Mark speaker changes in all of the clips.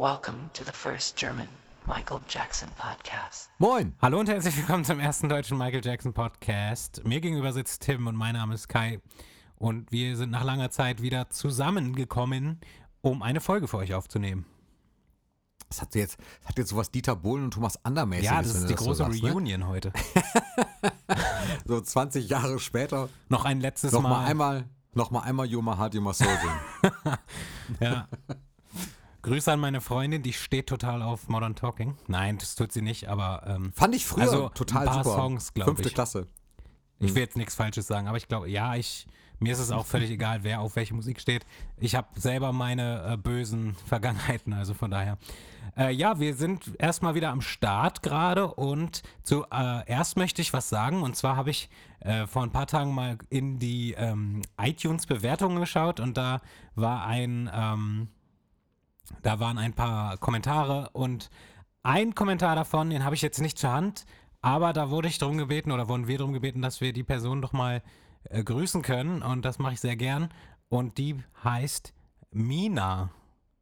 Speaker 1: Welcome to the first German Michael Jackson podcast.
Speaker 2: Moin!
Speaker 3: Hallo und herzlich willkommen zum ersten deutschen Michael Jackson Podcast. Mir gegenüber sitzt Tim und mein Name ist Kai. Und wir sind nach langer Zeit wieder zusammengekommen, um eine Folge für euch aufzunehmen.
Speaker 2: Das hat jetzt, das hat jetzt sowas Dieter Bohlen und Thomas Andermäßiges.
Speaker 3: Ja, das
Speaker 2: wenn
Speaker 3: ist
Speaker 2: du
Speaker 3: die große
Speaker 2: so sagst, ne?
Speaker 3: Reunion heute.
Speaker 2: So 20 Jahre später
Speaker 3: Noch ein letztes
Speaker 2: noch mal
Speaker 3: Mal.
Speaker 2: einmal, noch mal einmal Yoma Hard, Yoma Soul singen.
Speaker 3: Ja. Grüße an meine Freundin, die steht total auf Modern Talking. Nein, das tut sie nicht, aber ähm,
Speaker 2: Fand ich früher
Speaker 3: Also,
Speaker 2: total
Speaker 3: ein paar
Speaker 2: super.
Speaker 3: Songs, glaub
Speaker 2: Fünfte
Speaker 3: ich.
Speaker 2: Klasse.
Speaker 3: ich will jetzt nichts Falsches sagen, aber ich glaube, ja, ich, mir ist es auch völlig egal, wer auf welche Musik steht. Ich habe selber meine äh, bösen Vergangenheiten, also von daher. Äh, ja, wir sind erstmal wieder am Start gerade und zuerst möchte ich was sagen und zwar habe ich äh, vor ein paar Tagen mal in die ähm, iTunes-Bewertungen geschaut und da war ein. Ähm, Da waren ein paar Kommentare und ein Kommentar davon, den habe ich jetzt nicht zur Hand, aber da wurde ich drum gebeten oder wurden wir drum gebeten, dass wir die Person doch mal äh, grüßen können und das mache ich sehr gern. Und die heißt Mina.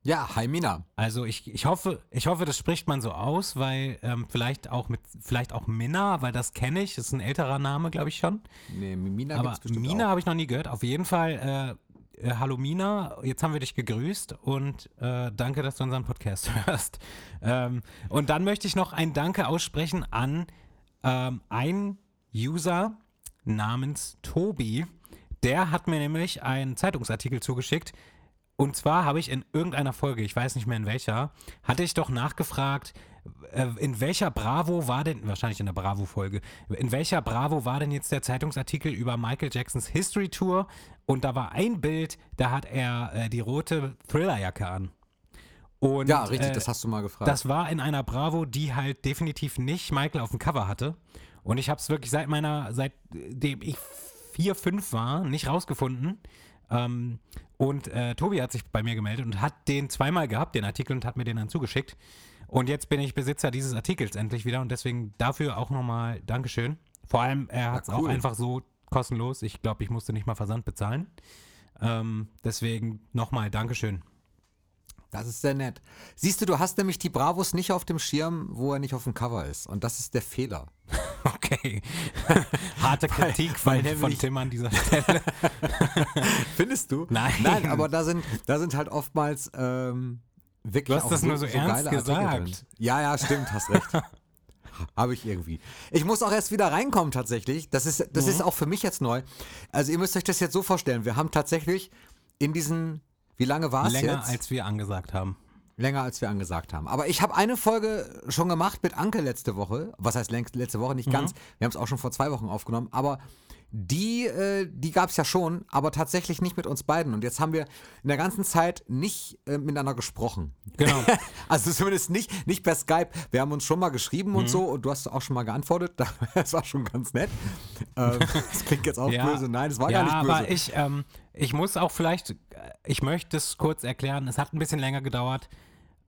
Speaker 2: Ja, hi Mina.
Speaker 3: Also ich, ich hoffe, ich hoffe, das spricht man so aus, weil ähm, vielleicht auch mit, vielleicht auch Minna, weil das kenne ich, das ist ein älterer Name, glaube ich schon.
Speaker 2: Nee, Mina
Speaker 3: Aber
Speaker 2: gibt's bestimmt
Speaker 3: Mina
Speaker 2: auch.
Speaker 3: habe ich noch nie gehört. Auf jeden Fall, äh, äh, hallo Mina, jetzt haben wir dich gegrüßt und äh, danke, dass du unseren Podcast hörst. Ähm, und dann möchte ich noch ein Danke aussprechen an ähm, einen User namens Tobi. Der hat mir nämlich einen Zeitungsartikel zugeschickt. Und zwar habe ich in irgendeiner Folge, ich weiß nicht mehr in welcher, hatte ich doch nachgefragt, äh, in welcher Bravo war denn, wahrscheinlich in der Bravo-Folge, in welcher Bravo war denn jetzt der Zeitungsartikel über Michael Jacksons History Tour? Und da war ein Bild, da hat er äh, die rote Thrillerjacke an. Und,
Speaker 2: Ja, richtig,
Speaker 3: äh,
Speaker 2: das hast du mal gefragt.
Speaker 3: das war in einer Bravo, die halt definitiv nicht Michael auf dem Cover hatte. Und ich habe es wirklich seit meiner, seitdem ich vier, fünf war, nicht rausgefunden. Ähm, und äh, Tobi hat sich bei mir gemeldet und hat den zweimal gehabt, den Artikel, und hat mir den dann zugeschickt. Und jetzt bin ich Besitzer dieses Artikels endlich wieder und deswegen dafür auch nochmal Dankeschön. Vor allem, er hat es auch
Speaker 2: cool.
Speaker 3: einfach so kostenlos. Ich glaube, ich musste nicht mal Versand bezahlen. Ähm, deswegen nochmal Dankeschön.
Speaker 2: Das ist sehr nett. Siehst du, du hast nämlich die Bravos nicht auf dem Schirm, wo er nicht auf dem Cover ist. Und das ist der Fehler.
Speaker 3: Okay. Harte Kritik von,
Speaker 2: weil
Speaker 3: von
Speaker 2: nämlich-
Speaker 3: Tim an dieser Stelle.
Speaker 2: Findest du?
Speaker 3: Nein.
Speaker 2: Nein, aber da sind, da sind halt oftmals ähm, wirklich
Speaker 3: Du hast
Speaker 2: auch
Speaker 3: das nur so ernst
Speaker 2: geile Artikel
Speaker 3: gesagt.
Speaker 2: drin. Ja, ja, stimmt, hast recht. Habe ich irgendwie. Ich muss auch erst wieder reinkommen tatsächlich. Das ist, das
Speaker 3: Mhm.
Speaker 2: ist auch für mich jetzt neu. Also ihr müsst euch das jetzt so vorstellen. Wir haben tatsächlich in diesen, wie lange war es
Speaker 3: Länger
Speaker 2: jetzt?
Speaker 3: als wir angesagt haben.
Speaker 2: länger als wir angesagt haben. Aber ich habe eine Folge schon gemacht mit Anke letzte Woche. Was heißt längst letzte Woche? Nicht
Speaker 3: Mhm.
Speaker 2: ganz. Wir haben es auch schon vor zwei Wochen aufgenommen. Aber die, äh, die gab es ja schon, aber tatsächlich nicht mit uns beiden. Und jetzt haben wir in der ganzen Zeit nicht äh, miteinander gesprochen.
Speaker 3: Genau.
Speaker 2: Also zumindest nicht, nicht per Skype. Wir haben uns schon mal geschrieben
Speaker 3: Mhm.
Speaker 2: und so und du hast auch schon mal geantwortet. Das war schon ganz nett. Ähm, das klingt jetzt auch böse. Nein, es war
Speaker 3: ja,
Speaker 2: gar nicht böse.
Speaker 3: Aber ich, ähm, ich muss auch vielleicht, äh, ich möchte es kurz erklären, es hat ein bisschen länger gedauert,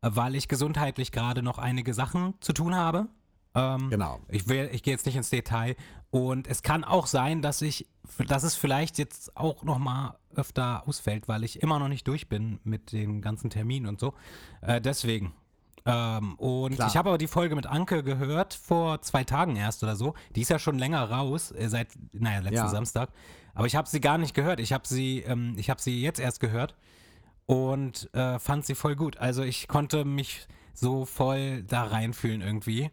Speaker 3: äh, weil ich gesundheitlich gerade noch einige Sachen zu tun habe. Ähm,
Speaker 2: Genau.
Speaker 3: Ich, will- ich gehe jetzt nicht ins Detail. Und es kann auch sein, dass ich, dass es vielleicht jetzt auch noch mal öfter ausfällt, weil ich immer noch nicht durch bin mit den ganzen Terminen und so. Äh, deswegen. Ähm, und
Speaker 2: Klar.
Speaker 3: ich habe aber die Folge mit Anke gehört vor zwei Tagen erst oder so. Die ist ja schon länger raus, äh, seit, naja, letzten
Speaker 2: Ja.
Speaker 3: Samstag. Aber ich habe sie gar nicht gehört. Ich habe sie, ähm, ich habe sie jetzt erst gehört und äh, fand sie voll gut. Also ich konnte mich so voll da reinfühlen irgendwie.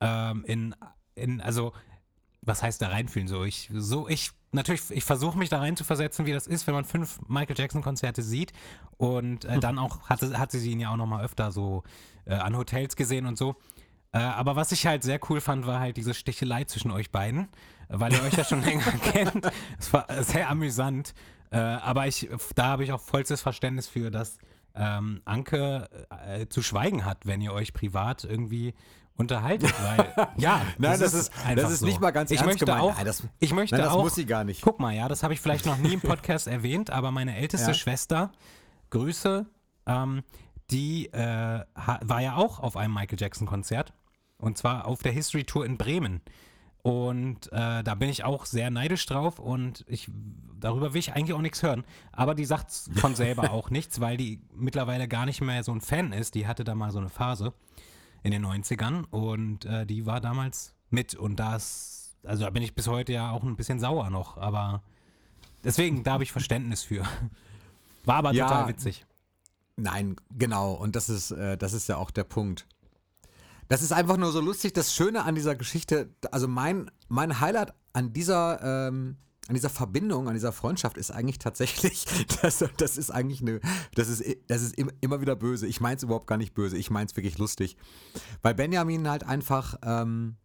Speaker 3: Ähm, in, in, also, was heißt da reinfühlen? So, ich, so, ich, natürlich, ich versuche mich da rein zu versetzen, wie das ist, wenn man fünf Michael Jackson-Konzerte sieht. Und äh, dann auch, hat, hat sie ihn ja auch nochmal öfter so äh, an Hotels gesehen und so. Äh, aber was ich halt sehr cool fand, war halt diese Stichelei zwischen euch beiden, weil ihr euch ja schon länger kennt. Es war äh, sehr amüsant. Äh, aber ich, da habe ich auch vollstes Verständnis für, dass ähm, Anke äh, zu schweigen hat, wenn ihr euch privat irgendwie unterhaltet. Weil, ja,
Speaker 2: Nein, das ist- das ist nicht mal ganz
Speaker 3: ich
Speaker 2: ernst
Speaker 3: möchte
Speaker 2: gemeint.
Speaker 3: Auch,
Speaker 2: Nein, das-
Speaker 3: ich möchte
Speaker 2: nein, das
Speaker 3: auch,
Speaker 2: muss sie gar nicht.
Speaker 3: Guck mal, ja, das habe ich vielleicht noch nie im Podcast erwähnt, aber meine älteste
Speaker 2: Ja.
Speaker 3: Schwester, Grüße, ähm, die äh, ha- war ja auch auf einem Michael Jackson-Konzert. Und zwar auf der History Tour in Bremen. Und äh, da bin ich auch sehr neidisch drauf und ich darüber will ich eigentlich auch nichts hören. Aber die sagt von selber auch nichts, weil die mittlerweile gar nicht mehr so ein Fan ist. Die hatte da mal so eine Phase in den 90ern und äh, die war damals mit und das, also da bin ich bis heute ja auch ein bisschen sauer noch, aber deswegen, da habe ich Verständnis für. War aber
Speaker 2: Ja.
Speaker 3: total witzig.
Speaker 2: Nein, genau. Und das ist, äh, das ist ja auch der Punkt. Das ist einfach nur so lustig. Das Schöne an dieser Geschichte, also mein, mein Highlight an dieser, ähm, an dieser Verbindung, an dieser Freundschaft ist eigentlich tatsächlich, das, das ist eigentlich eine, das ist, i- das ist im, immer wieder böse. Ich meins überhaupt gar nicht böse, ich meins wirklich lustig. Weil Benjamin halt einfach, ähm,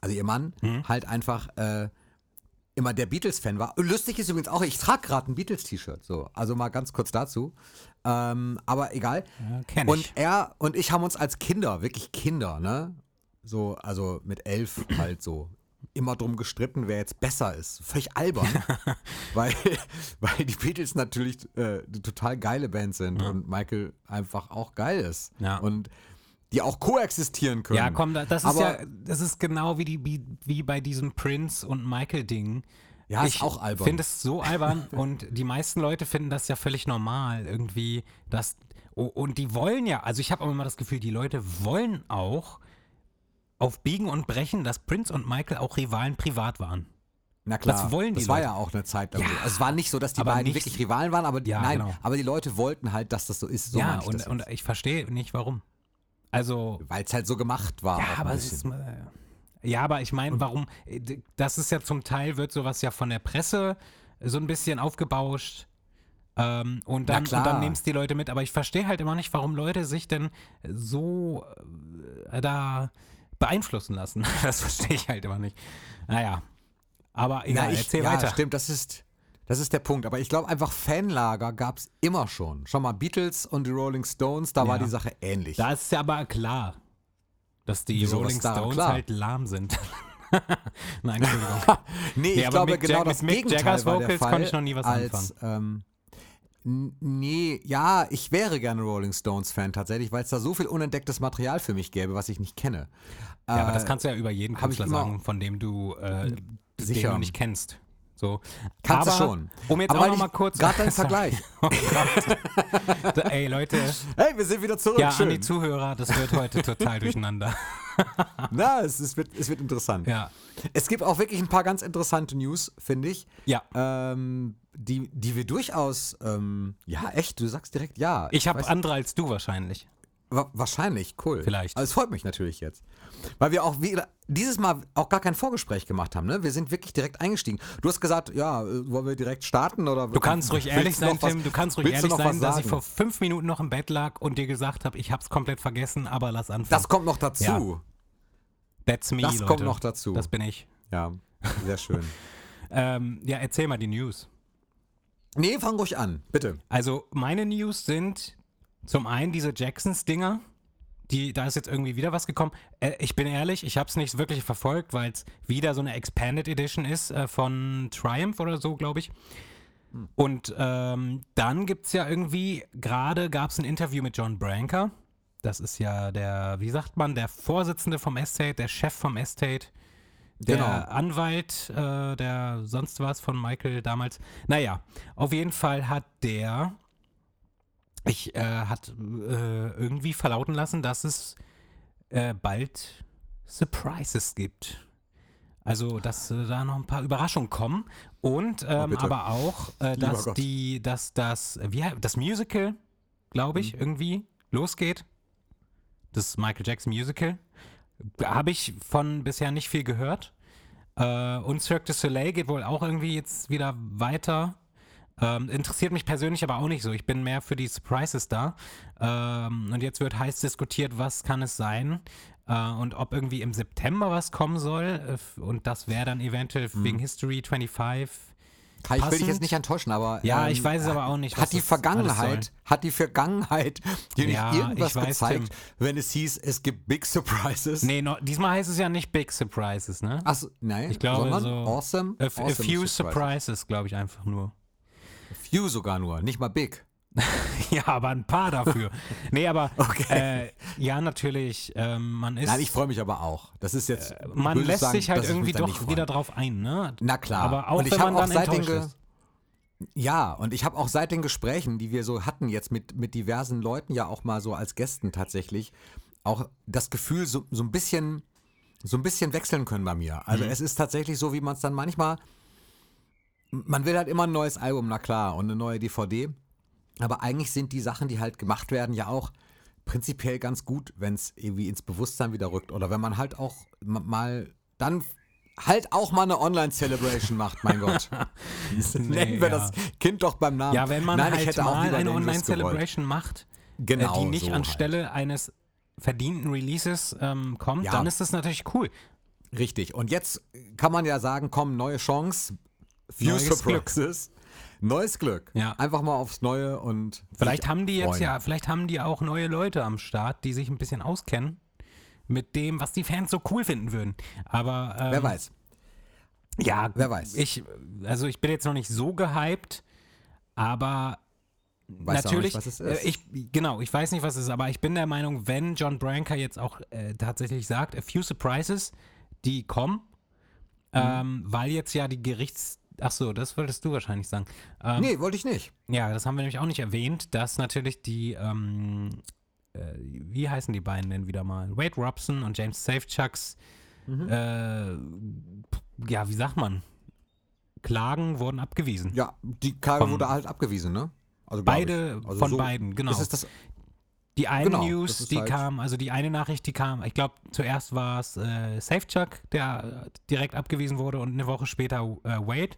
Speaker 2: also ihr Mann, halt einfach äh, immer der Beatles-Fan war. Und Lustig ist übrigens auch, ich trage gerade ein Beatles-T-Shirt. So, also mal ganz kurz dazu. Ähm, aber egal.
Speaker 3: Ja, kenn ich.
Speaker 2: Und er und ich haben uns als Kinder, wirklich Kinder, ne? So, also mit elf halt so, immer drum gestritten, wer jetzt besser ist. Völlig albern. weil, weil die Beatles natürlich äh, eine total geile Band sind und Michael einfach auch geil ist.
Speaker 3: Ja.
Speaker 2: Und die auch koexistieren können.
Speaker 3: Ja, komm, da- das ist
Speaker 2: Aber-
Speaker 3: ja, das ist genau wie, die, wie, wie bei diesem Prince und Michael-Ding.
Speaker 2: Ja, ist auch albern.
Speaker 3: finde es so albern und die meisten Leute finden das ja völlig normal irgendwie, dass, o- und die wollen ja, also ich habe auch immer das Gefühl, die Leute wollen auch auf Biegen und Brechen, dass Prince und Michael auch Rivalen privat waren.
Speaker 2: Na klar,
Speaker 3: Das wollen die
Speaker 2: Das war
Speaker 3: Leute.
Speaker 2: ja auch eine Zeit lang. so. Also es war nicht so, dass die
Speaker 3: aber
Speaker 2: beiden
Speaker 3: nicht-
Speaker 2: wirklich Rivalen waren, aber die,
Speaker 3: Ja,
Speaker 2: nein,
Speaker 3: genau.
Speaker 2: aber die Leute wollten halt, dass das so ist. So
Speaker 3: ja,
Speaker 2: meine ich
Speaker 3: und,
Speaker 2: das
Speaker 3: und ich verstehe nicht, warum. Also,
Speaker 2: weil es halt so gemacht war. auch
Speaker 3: Ja,
Speaker 2: ein
Speaker 3: aber es
Speaker 2: bisschen.
Speaker 3: ist, äh, ja, aber ich meine, warum? äh, d- Das ist ja zum Teil wird sowas ja von der Presse so ein bisschen aufgebauscht. Ähm, und
Speaker 2: Na
Speaker 3: dann, und
Speaker 2: klar.
Speaker 3: dann nehmen es die Leute mit. Aber ich verstehe halt immer nicht, warum Leute sich denn so äh, da beeinflussen lassen. Das verstehe ich halt immer nicht. Naja. Aber egal,
Speaker 2: Na, ich,
Speaker 3: erzähl
Speaker 2: ja,
Speaker 3: weiter.
Speaker 2: stimmt, das ist, das ist der Punkt. Aber ich glaube einfach, Fanlager gab es immer schon. Schau mal, Beatles und die Rolling Stones, da war
Speaker 3: Ja.
Speaker 2: die Sache ähnlich.
Speaker 3: Da ist ja aber klar, dass die
Speaker 2: Wieso, was
Speaker 3: Rolling
Speaker 2: ist daran
Speaker 3: Stones
Speaker 2: klar?
Speaker 3: halt lahm sind. Nein, Entschuldigung.
Speaker 2: nee,
Speaker 3: Nee,
Speaker 2: ich
Speaker 3: aber
Speaker 2: glaube
Speaker 3: Mick
Speaker 2: genau
Speaker 3: Jag-
Speaker 2: das
Speaker 3: mit Mick
Speaker 2: Gegenteil
Speaker 3: Jaggers
Speaker 2: war der
Speaker 3: Vocals
Speaker 2: Fall.
Speaker 3: konnte ich noch nie was
Speaker 2: als, ähm, n- Nee, ja, ich wäre gerne Rolling Stones Fan tatsächlich, weil es da so viel unentdecktes Material für mich gäbe, was ich nicht kenne.
Speaker 3: Ja, aber das kannst du ja über jeden
Speaker 2: Äh, hab ich
Speaker 3: Künstler
Speaker 2: immer-
Speaker 3: sagen, von dem du, äh,
Speaker 2: Sicher.
Speaker 3: Den du nicht kennst. So.
Speaker 2: Kannst du
Speaker 3: aber,
Speaker 2: schon.
Speaker 3: Um jetzt
Speaker 2: Aber halt
Speaker 3: auch
Speaker 2: weil
Speaker 3: noch
Speaker 2: ich-
Speaker 3: mal kurz.
Speaker 2: grad dein Vergleich.
Speaker 3: oh Gott. Da- Ey, Leute.
Speaker 2: Hey, wir sind wieder zurück.
Speaker 3: Ja, an
Speaker 2: Schön.
Speaker 3: die Zuhörer, das wird heute total durcheinander.
Speaker 2: Na, es, es, wird, es wird interessant.
Speaker 3: Ja.
Speaker 2: Es gibt auch wirklich ein paar ganz interessante News, finde ich.
Speaker 3: Ja.
Speaker 2: Ähm, die, die wir durchaus, ähm, ja, echt, du sagst direkt ja.
Speaker 3: Ich habe
Speaker 2: weiß-
Speaker 3: andere als du wahrscheinlich.
Speaker 2: wa- wahrscheinlich, cool.
Speaker 3: Vielleicht.
Speaker 2: Also es freut mich natürlich jetzt. Weil wir auch wieder, dieses Mal auch gar kein Vorgespräch gemacht haben, ne? Wir sind wirklich direkt eingestiegen. Du hast gesagt, ja, äh, wollen wir direkt starten oder
Speaker 3: Du kannst ruhig ehrlich sein, Tim. Du kannst ruhig ehrlich sein, dass ich vor fünf Minuten noch im Bett lag und dir gesagt habe, ich hab's komplett vergessen, aber lass anfangen.
Speaker 2: Das kommt noch dazu.
Speaker 3: Ja. That's me,
Speaker 2: das
Speaker 3: Leute.
Speaker 2: kommt noch dazu.
Speaker 3: Das bin ich.
Speaker 2: Ja, sehr schön.
Speaker 3: Ähm, ja, erzähl mal die News.
Speaker 2: nee, fang ruhig an, bitte.
Speaker 3: Also meine News sind zum einen diese Jacksons-Dinger. Die, da ist jetzt irgendwie wieder was gekommen. Äh, ich bin ehrlich, ich habe es nicht wirklich verfolgt, weil es wieder so eine Expanded Edition ist äh, von Triumph oder so, glaube ich. Und ähm, dann gibt es ja irgendwie, gerade gab es ein Interview mit John Branker. Das ist ja der, wie sagt man, der Vorsitzende vom Estate, der Chef vom Estate der Anwalt, äh, der sonst was von Michael damals. Naja, auf jeden Fall hat der, ich äh, hat äh, irgendwie verlauten lassen, dass es äh, bald Surprises gibt. Also, dass äh, da noch ein paar Überraschungen kommen. Und ähm,
Speaker 2: bitte.
Speaker 3: aber auch, äh,
Speaker 2: Lieber
Speaker 3: dass
Speaker 2: Gott.
Speaker 3: die, dass das, wie hei- das Musical, glaube ich,
Speaker 2: Mhm.
Speaker 3: irgendwie losgeht. Das Michael Jackson Musical. Habe ich von bisher nicht viel gehört. Äh, und Cirque du Soleil geht wohl auch irgendwie jetzt wieder weiter. Ähm, interessiert mich persönlich aber auch nicht so. Ich bin mehr für die Surprises da. Ähm, und jetzt wird heiß diskutiert, was kann es sein äh, und ob irgendwie im September was kommen soll. Äh, f- Und das wäre dann eventuell
Speaker 2: Mhm.
Speaker 3: wegen History 25.
Speaker 2: Kai, ich will dich jetzt
Speaker 3: passend.
Speaker 2: nicht enttäuschen, aber
Speaker 3: Ja,
Speaker 2: ähm,
Speaker 3: ich weiß es aber auch nicht. was
Speaker 2: hat die
Speaker 3: das alles
Speaker 2: Vergangenheit,
Speaker 3: soll.
Speaker 2: hat die Vergangenheit dir nicht
Speaker 3: Ja,
Speaker 2: irgendwas
Speaker 3: ich weiß,
Speaker 2: gezeigt, wenn es hieß, es gibt Big Surprises?
Speaker 3: Nee, no, diesmal heißt es ja nicht Big Surprises, ne?
Speaker 2: Ach so, nein,
Speaker 3: Ich glaube
Speaker 2: sondern
Speaker 3: so.
Speaker 2: awesome,
Speaker 3: a, f- a
Speaker 2: awesome
Speaker 3: few surprises glaube ich einfach nur.
Speaker 2: Few sogar nur, nicht mal big.
Speaker 3: Ja, aber ein paar dafür. Nee, aber
Speaker 2: Okay.
Speaker 3: äh, Ja, natürlich. Ähm, man ist.
Speaker 2: Nein, ich freue mich aber auch. Das ist jetzt.
Speaker 3: man
Speaker 2: böses
Speaker 3: lässt
Speaker 2: sagen,
Speaker 3: sich halt
Speaker 2: dass ich mich
Speaker 3: irgendwie
Speaker 2: da nicht
Speaker 3: doch
Speaker 2: freue.
Speaker 3: wieder drauf ein, ne?
Speaker 2: Na klar.
Speaker 3: Aber auch
Speaker 2: und ich
Speaker 3: wenn
Speaker 2: hab
Speaker 3: man
Speaker 2: auch
Speaker 3: dann
Speaker 2: seit den
Speaker 3: enttäuscht
Speaker 2: Ge-
Speaker 3: ist.
Speaker 2: Ja, und ich habe auch seit den Gesprächen, die wir so hatten, jetzt mit, mit diversen Leuten ja auch mal so als Gästen tatsächlich, auch das Gefühl so, so ein bisschen so ein bisschen wechseln können bei mir. Also
Speaker 3: Mhm.
Speaker 2: es ist tatsächlich so, wie man es dann manchmal, man will halt immer ein neues Album, na klar, und eine neue DVD. Aber eigentlich sind die Sachen, die halt gemacht werden, ja auch prinzipiell ganz gut, wenn es irgendwie ins Bewusstsein wieder rückt. Oder wenn man halt auch ma- mal dann halt auch mal eine Online-Celebration macht, mein Gott. Nennen wir
Speaker 3: ja.
Speaker 2: das Kind doch beim Namen.
Speaker 3: Ja, wenn man
Speaker 2: Nein, ich
Speaker 3: halt
Speaker 2: hätte auch
Speaker 3: mal
Speaker 2: wieder
Speaker 3: eine
Speaker 2: den Lust
Speaker 3: Online-Celebration macht,
Speaker 2: gewollt.
Speaker 3: äh,
Speaker 2: genau
Speaker 3: die nicht
Speaker 2: so
Speaker 3: anstelle eines verdienten Releases ähm, kommt,
Speaker 2: Ja.
Speaker 3: dann ist das natürlich cool.
Speaker 2: Halt. Richtig. Und jetzt kann man ja sagen, komm, neue Chance, few
Speaker 3: Neues
Speaker 2: surprises, neues Glück.
Speaker 3: Ja.
Speaker 2: Einfach mal aufs Neue und
Speaker 3: Vielleicht
Speaker 2: sich
Speaker 3: haben die jetzt
Speaker 2: freuen.
Speaker 3: ja, vielleicht haben die auch neue Leute am Start, die sich ein bisschen auskennen mit dem, was die Fans so cool finden würden. Aber ähm,
Speaker 2: Wer weiß.
Speaker 3: Ja,
Speaker 2: Wer weiß.
Speaker 3: Ich, also ich bin jetzt noch nicht so gehypt, aber
Speaker 2: Weiß auch
Speaker 3: natürlich.
Speaker 2: nicht, was es
Speaker 3: äh,
Speaker 2: ist.
Speaker 3: Ich, genau, ich weiß nicht, was es ist, aber ich bin der Meinung, wenn John Branca jetzt auch äh, tatsächlich sagt, a few surprises, die kommen,
Speaker 2: Mhm.
Speaker 3: ähm, weil jetzt ja die Gerichts. Ach so, das wolltest du wahrscheinlich sagen. Ähm,
Speaker 2: nee, wollte ich nicht.
Speaker 3: Ja, das haben wir nämlich auch nicht erwähnt, dass natürlich die, ähm, äh, wie heißen die beiden denn wieder mal? Wade Robson und James Safechucks, äh, ja, wie sagt man? Klagen wurden abgewiesen.
Speaker 2: Ja, die Klage
Speaker 3: Vom-
Speaker 2: wurde halt abgewiesen, ne? Also, glaub
Speaker 3: Beide
Speaker 2: ich. Also
Speaker 3: von
Speaker 2: so
Speaker 3: beiden, genau.
Speaker 2: Ist es das,
Speaker 3: die eine
Speaker 2: genau, das
Speaker 3: News,
Speaker 2: ist
Speaker 3: die
Speaker 2: halt-
Speaker 3: kam, also die eine Nachricht, die kam, ich glaube, zuerst war es äh, Safechuck, der äh, direkt abgewiesen wurde und eine Woche später äh, Wade.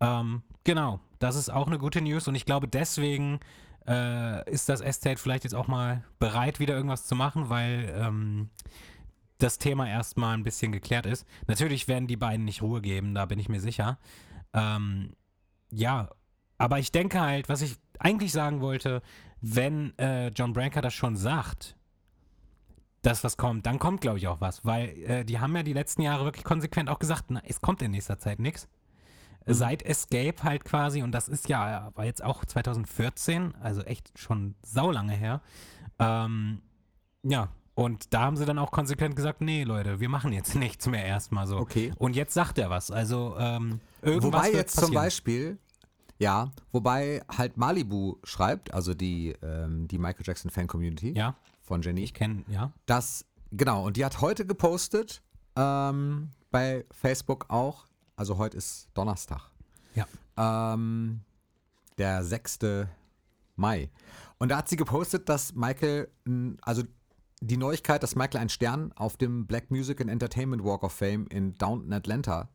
Speaker 3: Ähm, genau, das ist auch eine gute News und ich glaube, deswegen äh, ist das Estate vielleicht jetzt auch mal bereit, wieder irgendwas zu machen, weil ähm, das Thema erstmal ein bisschen geklärt ist. Natürlich werden die beiden nicht Ruhe geben, da bin ich mir sicher. Ähm, ja, aber ich denke halt, was ich eigentlich sagen wollte, wenn äh, John Branca das schon sagt, dass was kommt, dann kommt, glaube ich, auch was. Weil äh, die haben ja die letzten Jahre wirklich konsequent auch gesagt, na, es kommt in nächster Zeit nichts.
Speaker 2: Mhm.
Speaker 3: Seit Escape halt quasi, und das ist ja, war jetzt auch 2014, also echt schon saulange her. Ähm, ja, und da haben sie dann auch konsequent gesagt, nee, Leute, wir machen jetzt nichts mehr erstmal so.
Speaker 2: Okay.
Speaker 3: Und jetzt sagt er was, also ähm, irgendwas
Speaker 2: wobei
Speaker 3: wird
Speaker 2: jetzt zum
Speaker 3: passieren.
Speaker 2: Beispiel, ja, wobei halt Malibu schreibt, also die, ähm, die Michael Jackson Fan Community
Speaker 3: Ja,
Speaker 2: von Jenny,
Speaker 3: ich kenne, ja.
Speaker 2: dass, genau, und die hat heute gepostet, ähm, bei Facebook auch, also heute ist Donnerstag.
Speaker 3: Ja.
Speaker 2: Ähm, der 6. Mai. Und da hat sie gepostet, dass Michael, n- also die Neuigkeit, dass Michael einen Stern auf dem Black Music and Entertainment Walk of Fame in Downton Atlanta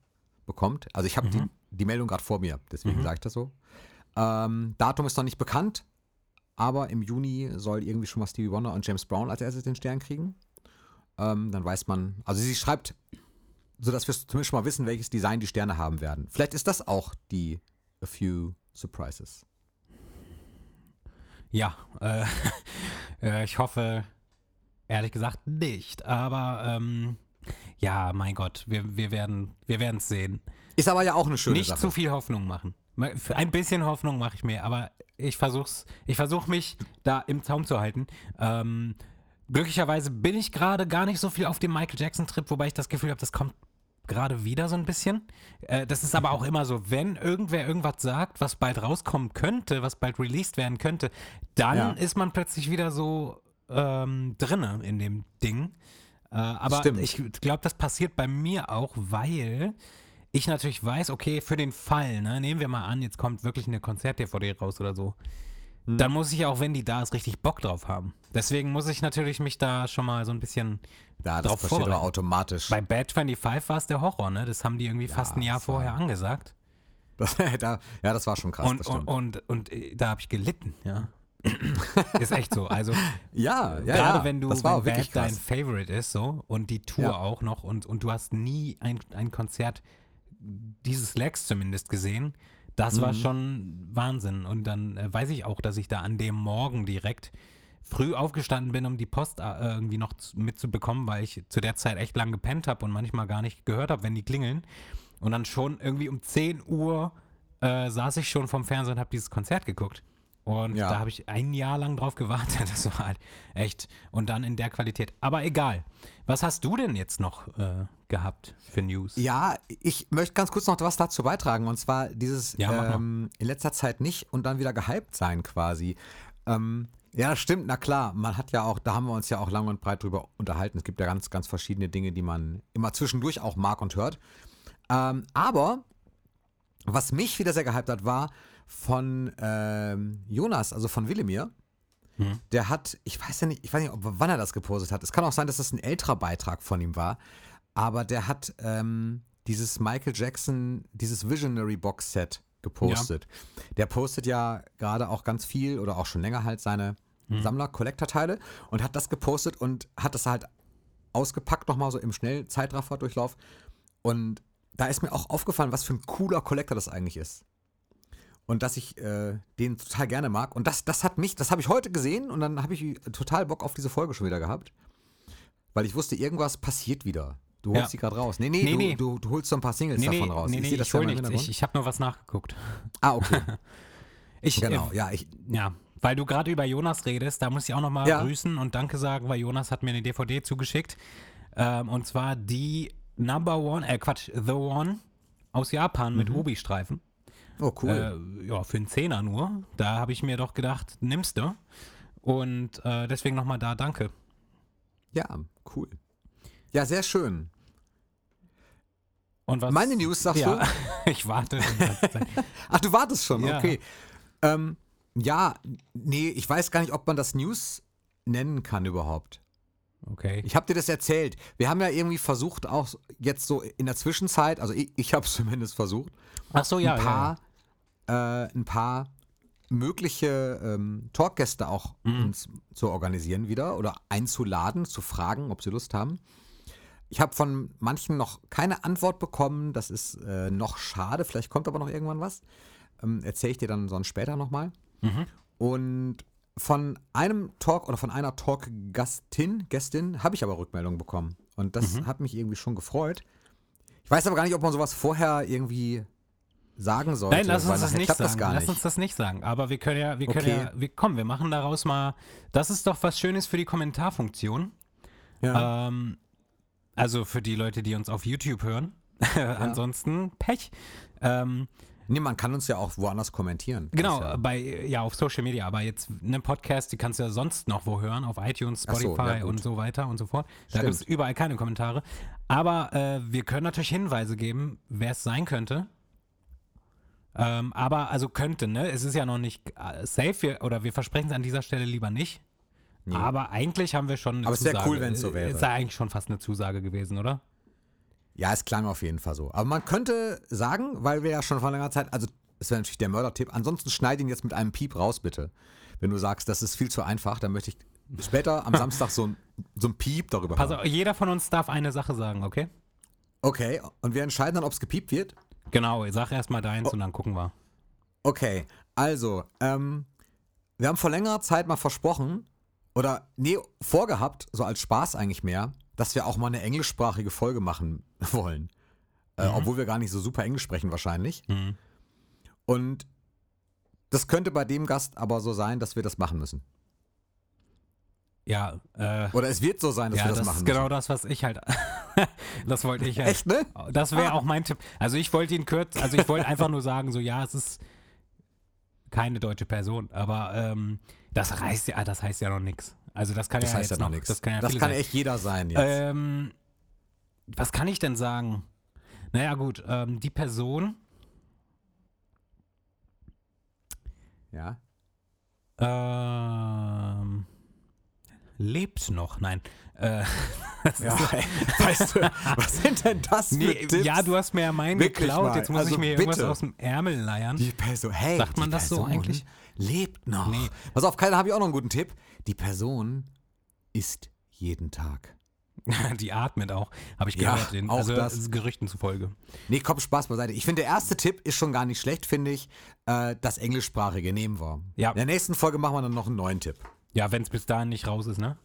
Speaker 2: bekommt. Also ich habe die, die Meldung gerade vor mir, deswegen sage ich das so. Ähm, Datum ist noch nicht bekannt, aber im Juni soll irgendwie schon mal Stevie Wonder und James Brown als erstes den Stern kriegen. Ähm, dann weiß man, also sie schreibt, sodass wir zumindest schon mal wissen, welches Design die Sterne haben werden. Vielleicht ist das auch die A Few Surprises.
Speaker 3: Ja, äh, äh, ich hoffe, ehrlich gesagt, nicht. Aber ähm, ja, mein Gott, wir, wir werden wir es sehen.
Speaker 2: Ist aber ja auch eine schöne
Speaker 3: nicht
Speaker 2: Sache.
Speaker 3: zu viel Hoffnung machen. Ma- für Ein bisschen Hoffnung mache ich mir, aber ich versuch's, ich versuche mich da im Zaum zu halten. Ähm, glücklicherweise bin ich gerade gar nicht so viel auf dem Michael Jackson-Trip, wobei ich das Gefühl habe, das kommt gerade wieder so ein bisschen. Äh, das ist aber auch immer so, wenn irgendwer irgendwas sagt, was bald rauskommen könnte, was bald released werden könnte, dann
Speaker 2: Ja.
Speaker 3: ist man plötzlich wieder so ähm, drinne in dem Ding. Äh, aber
Speaker 2: Stimmt.
Speaker 3: ich glaube, das passiert bei mir auch, weil ich natürlich weiß, okay, für den Fall, ne, nehmen wir mal an, jetzt kommt wirklich eine Konzert-DVD raus oder so,
Speaker 2: Mhm.
Speaker 3: dann muss ich auch, wenn die da ist, richtig Bock drauf haben. Deswegen muss ich natürlich mich da schon mal so ein bisschen
Speaker 2: Ja, das
Speaker 3: drauf
Speaker 2: passiert aber
Speaker 3: vorbereiten.
Speaker 2: automatisch.
Speaker 3: Bei Bad 25 war es der Horror, ne? Das haben die irgendwie fast ein Jahr
Speaker 2: das war-
Speaker 3: vorher angesagt.
Speaker 2: Das, da, ja, das war schon krass.
Speaker 3: Und,
Speaker 2: das
Speaker 3: und,
Speaker 2: stimmt.
Speaker 3: und, und äh, da habe ich gelitten, ja. ist echt so. Also,
Speaker 2: ja, ja,
Speaker 3: gerade
Speaker 2: ja,
Speaker 3: wenn du
Speaker 2: das war auch
Speaker 3: wenn
Speaker 2: wirklich
Speaker 3: Bad dein
Speaker 2: krass.
Speaker 3: Favorite ist, so und die Tour
Speaker 2: Ja.
Speaker 3: auch noch und, und du hast nie ein, ein Konzert dieses Legs zumindest gesehen, das war
Speaker 2: Mhm.
Speaker 3: schon Wahnsinn. Und dann äh, weiß ich auch, dass ich da an dem Morgen direkt früh aufgestanden bin, um die Post äh, irgendwie noch zu- mitzubekommen, weil ich zu der Zeit echt lang gepennt habe und manchmal gar nicht gehört habe, wenn die klingeln. Und dann schon irgendwie um 10 Uhr äh, saß ich schon vom Fernseher und habe dieses Konzert geguckt. Und
Speaker 2: Ja.
Speaker 3: da habe ich ein Jahr lang drauf gewartet. Das war halt echt. Und dann in der Qualität. Aber egal. Was hast du denn jetzt noch äh, gehabt für News?
Speaker 2: Ja, ich möchte ganz kurz noch was dazu beitragen. Und zwar dieses
Speaker 3: Ja, mach mal.
Speaker 2: ähm, in letzter Zeit nicht und dann wieder gehypt sein quasi. Ähm, ja, das stimmt, na klar. Man hat ja auch, da haben wir uns ja auch lang und breit drüber unterhalten. Es gibt ja ganz, ganz verschiedene Dinge, die man immer zwischendurch auch mag und hört. Ähm, aber was mich wieder sehr gehypt hat, war von ähm, Jonas, also von Willemir. Der hat, ich weiß ja nicht, ich weiß nicht, ob, wann er das gepostet hat. Es kann auch sein, dass das ein älterer Beitrag von ihm war. Aber der hat ähm, dieses Michael Jackson, dieses Visionary Box Set gepostet. Der postet ja gerade auch ganz viel oder auch schon länger halt seine Sammler-Collector-Teile und hat das gepostet und hat das halt ausgepackt nochmal so im Schnell-Zeitraffer-Durchlauf. Und da ist mir auch aufgefallen, was für ein cooler Collector das eigentlich ist. Und dass ich äh, den total gerne mag. Und das, das hat mich, das habe ich heute gesehen und dann habe ich total Bock auf diese Folge schon wieder gehabt. Weil ich wusste, irgendwas passiert wieder. Du holst
Speaker 3: Ja.
Speaker 2: die gerade raus. Nee, nee,
Speaker 3: Nee,
Speaker 2: du,
Speaker 3: nee.
Speaker 2: Du, du holst so ein paar Singles davon raus.
Speaker 3: Nee, nee,
Speaker 2: seh
Speaker 3: ich,
Speaker 2: das
Speaker 3: ich
Speaker 2: ja
Speaker 3: hol
Speaker 2: mal im
Speaker 3: nichts. Ich,
Speaker 2: Hintergrund.
Speaker 3: ich habe nur was nachgeguckt.
Speaker 2: Ah, okay.
Speaker 3: Ich,
Speaker 2: Genau,
Speaker 3: äh,
Speaker 2: ja, ich,
Speaker 3: Ja, weil du gerade über Jonas redest, da muss ich auch nochmal
Speaker 2: Ja.
Speaker 3: grüßen und Danke sagen, weil Jonas hat mir eine DVD zugeschickt. Ähm, und zwar die Number One, äh Quatsch, The One aus Japan mit
Speaker 2: Mhm.
Speaker 3: Obi-Streifen.
Speaker 2: oh cool.
Speaker 3: Äh, ja, für einen Zehner nur. Da habe ich mir doch gedacht, nimmst du. Und äh, deswegen nochmal da Danke. Äh.
Speaker 2: ja, cool. Ja, sehr schön.
Speaker 3: Und was,
Speaker 2: Meine News, sagst
Speaker 3: ja,
Speaker 2: du?
Speaker 3: ich warte. die ganze Zeit.
Speaker 2: Ach, du wartest schon,
Speaker 3: Ja.
Speaker 2: okay. Ähm, ja, nee, ich weiß gar nicht, ob man das News nennen kann überhaupt.
Speaker 3: Okay.
Speaker 2: Ich habe dir das erzählt. Wir haben ja irgendwie versucht, auch jetzt so in der Zwischenzeit, also ich, ich habe es zumindest versucht,
Speaker 3: Ach so, ja.
Speaker 2: ein
Speaker 3: ja,
Speaker 2: paar, Äh, ein paar mögliche ähm, Talkgäste auch
Speaker 3: Mhm.
Speaker 2: uns zu organisieren wieder oder einzuladen, zu fragen, ob sie Lust haben. Ich habe von manchen noch keine Antwort bekommen. Das ist äh, noch schade. Vielleicht kommt aber noch irgendwann was. Ähm, Erzähle ich dir dann sonst später nochmal.
Speaker 3: Mhm.
Speaker 2: Und von einem Talk oder von einer Talk-Gastin, Gästin, habe ich aber Rückmeldungen bekommen. Und das
Speaker 3: Mhm.
Speaker 2: hat mich irgendwie schon gefreut. Ich weiß aber gar nicht, ob man sowas vorher irgendwie sagen sollte.
Speaker 3: Nein, lass
Speaker 2: weil
Speaker 3: uns das
Speaker 2: nachher
Speaker 3: nicht
Speaker 2: klappt
Speaker 3: sagen.
Speaker 2: Das gar
Speaker 3: lass
Speaker 2: nicht.
Speaker 3: uns das nicht sagen. Aber wir können ja, wir können
Speaker 2: Okay.
Speaker 3: ja, wir, komm, wir machen daraus mal. Das ist doch was Schönes für die Kommentarfunktion.
Speaker 2: ja.
Speaker 3: Ähm, also für die Leute, die uns auf YouTube hören. Ansonsten Pech. Ähm,
Speaker 2: nee, man kann uns ja auch woanders kommentieren.
Speaker 3: genau,
Speaker 2: Das ist
Speaker 3: bei ja auf Social Media, aber jetzt einen Podcast, die kannst du ja sonst noch wo hören, auf iTunes,
Speaker 2: Ach so, ja,
Speaker 3: Spotify
Speaker 2: gut.
Speaker 3: und so weiter und so fort. Da
Speaker 2: Stimmt.
Speaker 3: gibt es überall keine Kommentare. Aber äh, wir können natürlich Hinweise geben, wer es sein könnte. Ähm, aber also könnte, ne? Es ist ja noch nicht äh, safe wir, oder wir versprechen es an dieser Stelle lieber nicht. Aber eigentlich haben wir schon. Eine
Speaker 2: Aber es wär
Speaker 3: Zusage.
Speaker 2: cool, wenn's so wäre.
Speaker 3: Es sei eigentlich schon fast eine Zusage gewesen, oder?
Speaker 2: Ja, es klang auf jeden Fall so. Aber man könnte sagen, weil wir ja schon vor langer Zeit, also es wäre natürlich der Mördertipp, ansonsten schneide ihn jetzt mit einem Piep raus, bitte. Wenn du sagst, das ist viel zu einfach, dann möchte ich später am Samstag so ein, so ein Piep darüber
Speaker 3: Pass
Speaker 2: hören.
Speaker 3: auf, jeder von uns darf eine Sache sagen, okay?
Speaker 2: Okay, und wir entscheiden dann, ob es gepiept wird?
Speaker 3: Genau, sag erstmal
Speaker 2: Oh.
Speaker 3: deins und dann gucken wir.
Speaker 2: Okay, also, ähm, wir haben vor längerer Zeit mal versprochen, oder nee, vorgehabt, so als Spaß eigentlich mehr, dass wir auch mal eine englischsprachige Folge machen wollen. Äh, obwohl wir gar nicht so super Englisch sprechen wahrscheinlich.
Speaker 3: Mhm.
Speaker 2: Und das könnte bei dem Gast aber so sein, dass wir das machen müssen.
Speaker 3: Ja, äh,
Speaker 2: Oder es wird so sein, dass
Speaker 3: ja,
Speaker 2: wir das,
Speaker 3: das,
Speaker 2: machen
Speaker 3: ist genau
Speaker 2: müssen.
Speaker 3: das, was ich halt. das wollte ich halt.
Speaker 2: Echt, ne?
Speaker 3: Das wäre auch mein Tipp. Also ich wollte ihn kurz, also ich wollte einfach nur sagen, so ja, es ist keine deutsche Person, aber ähm, das reißt ja, das heißt ja noch nichts. Also das kann
Speaker 2: Das
Speaker 3: ja
Speaker 2: heißt ja
Speaker 3: jetzt
Speaker 2: noch
Speaker 3: noch
Speaker 2: nichts.
Speaker 3: Das kann ja viele sein.
Speaker 2: echt jeder sein jetzt.
Speaker 3: Ähm, was kann ich denn sagen? Naja, gut, ähm, die Person,
Speaker 2: ja.
Speaker 3: ähm, lebt noch, nein. Äh,
Speaker 2: ja. weißt du, was sind denn das
Speaker 3: nee, äh,
Speaker 2: für Tipps?
Speaker 3: ja, du hast mir ja meinen
Speaker 2: Wirklich
Speaker 3: geklaut,
Speaker 2: mal,
Speaker 3: jetzt muss ich
Speaker 2: also
Speaker 3: mir irgendwas
Speaker 2: bitte.
Speaker 3: aus dem Ärmel leiern.
Speaker 2: Die Person, hey,
Speaker 3: Sagt man
Speaker 2: die
Speaker 3: das so
Speaker 2: Person
Speaker 3: eigentlich?
Speaker 2: Lebt noch.
Speaker 3: Nee.
Speaker 2: Pass auf, Kai, da habe ich auch noch einen guten Tipp. Die Person isst jeden Tag.
Speaker 3: Die atmet auch, habe ich
Speaker 2: Ja,
Speaker 3: gehört, den,
Speaker 2: auch
Speaker 3: also
Speaker 2: das.
Speaker 3: Gerüchten zufolge.
Speaker 2: Nee, komm, Spaß beiseite. Ich finde, der erste Tipp ist schon gar nicht schlecht, finde ich. Äh, das Englischsprachige nehmen wir.
Speaker 3: Ja.
Speaker 2: In der nächsten Folge machen wir dann noch einen neuen Tipp.
Speaker 3: Ja, wenn es bis dahin nicht raus ist, ne?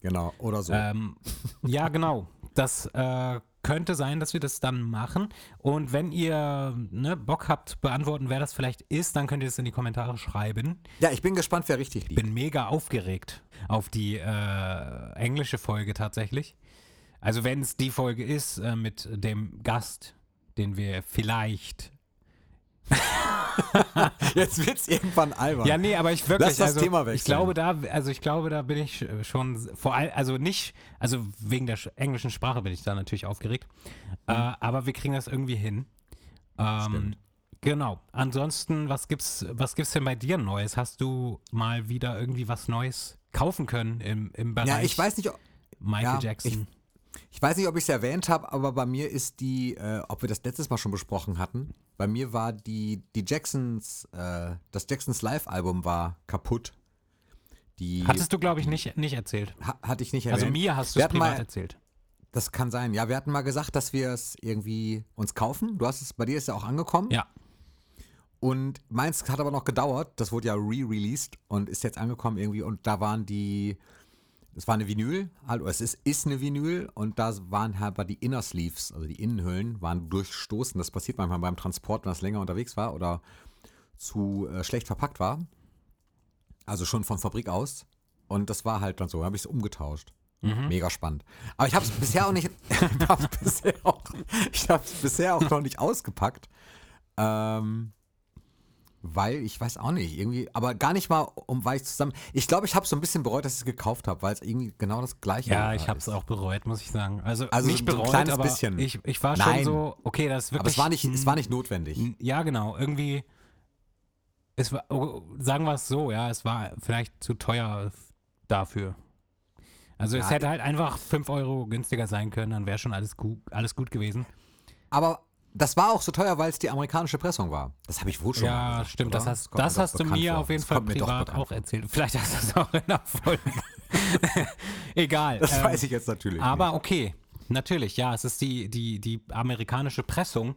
Speaker 2: Genau, oder so.
Speaker 3: Ähm, ja, genau. Das äh, könnte sein, dass wir das dann machen. Und wenn ihr ne, Bock habt zu beantworten, wer das vielleicht ist, dann könnt ihr es in die Kommentare schreiben.
Speaker 2: Ja, ich bin gespannt, wer richtig liegt.
Speaker 3: Bin mega aufgeregt auf die äh, englische Folge tatsächlich. Also wenn es die Folge ist äh, mit dem Gast, den wir vielleicht.
Speaker 2: Jetzt wird's irgendwann albern.
Speaker 3: Ja, nee, aber ich wirklich.
Speaker 2: Lass das
Speaker 3: also,
Speaker 2: Thema wechseln.
Speaker 3: Ich glaube da, also ich glaube da bin ich äh, schon vor allem, also nicht, also wegen der sch- englischen Sprache bin ich da natürlich aufgeregt. Äh,
Speaker 2: Mhm.
Speaker 3: aber wir kriegen das irgendwie hin. Ähm,
Speaker 2: Stimmt.
Speaker 3: genau. Ansonsten, was gibt's, was gibt's denn bei dir Neues? Hast du mal wieder irgendwie was Neues kaufen können im, im Bereich
Speaker 2: ja, ich weiß nicht, ob-
Speaker 3: Michael
Speaker 2: ja,
Speaker 3: Jackson?
Speaker 2: ich- Ich weiß nicht, ob ich es erwähnt habe, aber bei mir ist die, äh, ob wir das letztes Mal schon besprochen hatten, bei mir war die, die Jacksons, äh, das Jacksons Live-Album war kaputt. Die
Speaker 3: Hattest du, glaube ich, nicht, nicht erzählt.
Speaker 2: ha hatte ich nicht erwähnt.
Speaker 3: Also mir hast du
Speaker 2: Wir
Speaker 3: es
Speaker 2: hatten
Speaker 3: privat
Speaker 2: mal,
Speaker 3: erzählt.
Speaker 2: Das kann sein. Ja, wir hatten mal gesagt, dass wir es irgendwie uns kaufen. Du hast es, bei dir ist ja auch angekommen.
Speaker 3: Ja.
Speaker 2: Und meins hat aber noch gedauert. Das wurde ja re-released und ist jetzt angekommen irgendwie. Und da waren die. Es war eine Vinyl, also es ist, ist eine Vinyl und da waren halt aber die Inner Sleeves, also die Innenhüllen, waren durchstoßen. Das passiert manchmal beim Transport, wenn es länger unterwegs war oder zu äh, schlecht verpackt war. Also schon von Fabrik aus. Und das war halt dann so, habe ich es umgetauscht.
Speaker 3: Mhm.
Speaker 2: Mega spannend. Aber ich habe es bisher auch nicht, ich habe es bisher, auch- ich hab's bisher auch noch nicht ausgepackt. Ähm, weil ich weiß auch nicht, irgendwie, aber gar nicht mal, um weil ich zusammen. Ich glaube, ich habe so ein bisschen bereut, dass ich es gekauft habe, weil es irgendwie genau das gleiche
Speaker 3: Ja,
Speaker 2: war.
Speaker 3: ich habe es auch bereut, muss ich sagen. Also,
Speaker 2: Also
Speaker 3: nicht
Speaker 2: so ein
Speaker 3: bereut,
Speaker 2: kleines
Speaker 3: aber
Speaker 2: bisschen.
Speaker 3: Ich, ich war schon
Speaker 2: Nein.
Speaker 3: so, okay, das ist wirklich.
Speaker 2: Aber es war nicht, es war nicht notwendig.
Speaker 3: Ja, genau. Irgendwie, es war, oh, sagen wir es so, ja, es war vielleicht zu teuer f- dafür. Also es
Speaker 2: Ja,
Speaker 3: hätte halt einfach 5 Euro günstiger sein können, dann wäre schon alles gut, alles gut gewesen.
Speaker 2: Aber das war auch so teuer, weil es die amerikanische Pressung war. Das habe ich wohl schon. mal
Speaker 3: ja,
Speaker 2: gesagt,
Speaker 3: stimmt.
Speaker 2: also, oder?
Speaker 3: Das hast,
Speaker 2: kommt
Speaker 3: das
Speaker 2: mir doch
Speaker 3: hast du
Speaker 2: bekannt
Speaker 3: mir
Speaker 2: vor.
Speaker 3: auf jeden
Speaker 2: Das
Speaker 3: Fall
Speaker 2: kommt mir doch
Speaker 3: privat
Speaker 2: bekannt
Speaker 3: auch
Speaker 2: vor.
Speaker 3: erzählt. Vielleicht hast du es auch in der Folge. Egal.
Speaker 2: Das
Speaker 3: ähm,
Speaker 2: weiß ich jetzt natürlich.
Speaker 3: Aber okay, natürlich, ja, es ist die, die, die amerikanische Pressung.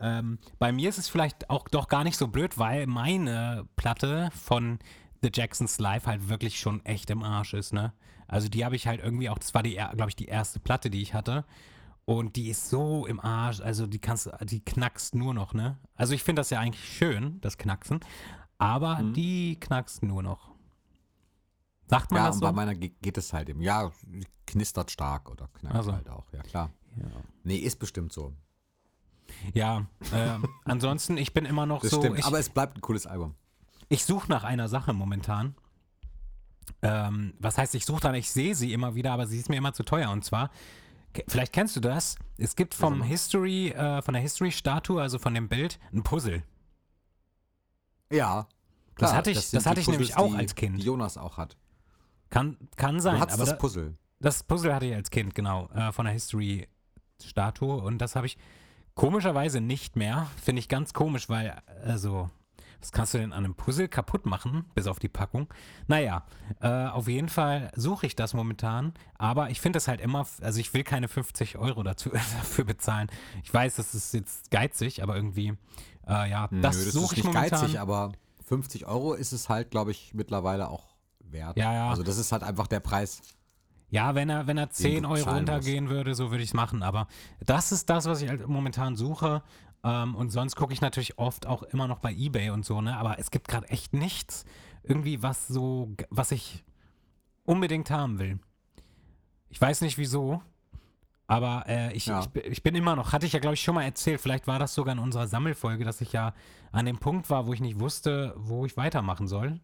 Speaker 3: Ähm, bei mir ist es vielleicht auch doch gar nicht so blöd, weil meine Platte von The Jacksons Live halt wirklich schon echt im Arsch ist, ne? Also die habe ich halt irgendwie auch, das war die, glaube ich, die erste Platte, die ich hatte. Und die ist so im Arsch, also die kannst, die knackst nur noch, ne? Also ich finde das ja eigentlich schön, das Knacksen, aber
Speaker 2: Mhm.
Speaker 3: die knackst nur noch. Sagt man
Speaker 2: Ja,
Speaker 3: das
Speaker 2: und
Speaker 3: so?
Speaker 2: bei meiner ge- geht es halt eben. Ja, knistert stark oder knackt
Speaker 3: Also.
Speaker 2: halt auch. Ja, klar. Nee, ist bestimmt so.
Speaker 3: Ja, ähm, ansonsten, ich bin immer noch
Speaker 2: Das
Speaker 3: so,
Speaker 2: stimmt.
Speaker 3: ich,
Speaker 2: aber es bleibt ein cooles Album.
Speaker 3: ich suche nach einer Sache momentan. Ähm, was heißt, ich suche dann, ich sehe sie immer wieder, aber sie ist mir immer zu teuer. Und zwar, ke- vielleicht kennst du das, es gibt vom History, äh, von der History-Statue, also von dem Bild, ein Puzzle.
Speaker 2: Ja.
Speaker 3: Das hatte ich-
Speaker 2: sind
Speaker 3: das
Speaker 2: die
Speaker 3: hatte ich nämlich
Speaker 2: Puzzles,
Speaker 3: auch
Speaker 2: die,
Speaker 3: als Kind.
Speaker 2: Die Jonas auch hat.
Speaker 3: Kann, kann sein,
Speaker 2: du hattest
Speaker 3: aber
Speaker 2: das
Speaker 3: da-
Speaker 2: Puzzle.
Speaker 3: Das Puzzle hatte ich als Kind, genau, äh, von der History-Statue. Und das habe ich komischerweise nicht mehr. Finde ich ganz komisch, weil, also, was kannst du denn an einem Puzzle kaputt machen, bis auf die Packung? Naja, äh, auf jeden Fall suche ich das momentan. Aber ich finde das halt immer, f- also ich will keine 50 Euro dazu, dafür bezahlen. Ich weiß, das ist jetzt geizig, aber irgendwie, äh, ja, das,
Speaker 2: Nö, das
Speaker 3: suche
Speaker 2: ist
Speaker 3: ich
Speaker 2: nicht
Speaker 3: momentan.
Speaker 2: geizig, aber 50 Euro ist es halt, glaube ich, mittlerweile auch wert.
Speaker 3: Ja, ja.
Speaker 2: Also das ist halt einfach der Preis.
Speaker 3: Ja, wenn er, wenn er 10
Speaker 2: du
Speaker 3: Euro
Speaker 2: zahlen musst.
Speaker 3: runtergehen würde, so würde ich es machen. Aber das ist das, was ich halt momentan suche. Ähm, und sonst gucke ich natürlich oft auch immer noch bei Ebay und so, ne? Aber es gibt gerade echt nichts, irgendwie, was so, g- was ich unbedingt haben will. Ich weiß nicht wieso, aber äh, ich,
Speaker 2: Ja.
Speaker 3: ich, bi- ich bin immer noch, hatte ich ja, glaube ich, schon mal erzählt, vielleicht war das sogar in unserer Sammelfolge, dass ich ja an dem Punkt war, wo ich nicht wusste, wo ich weitermachen soll.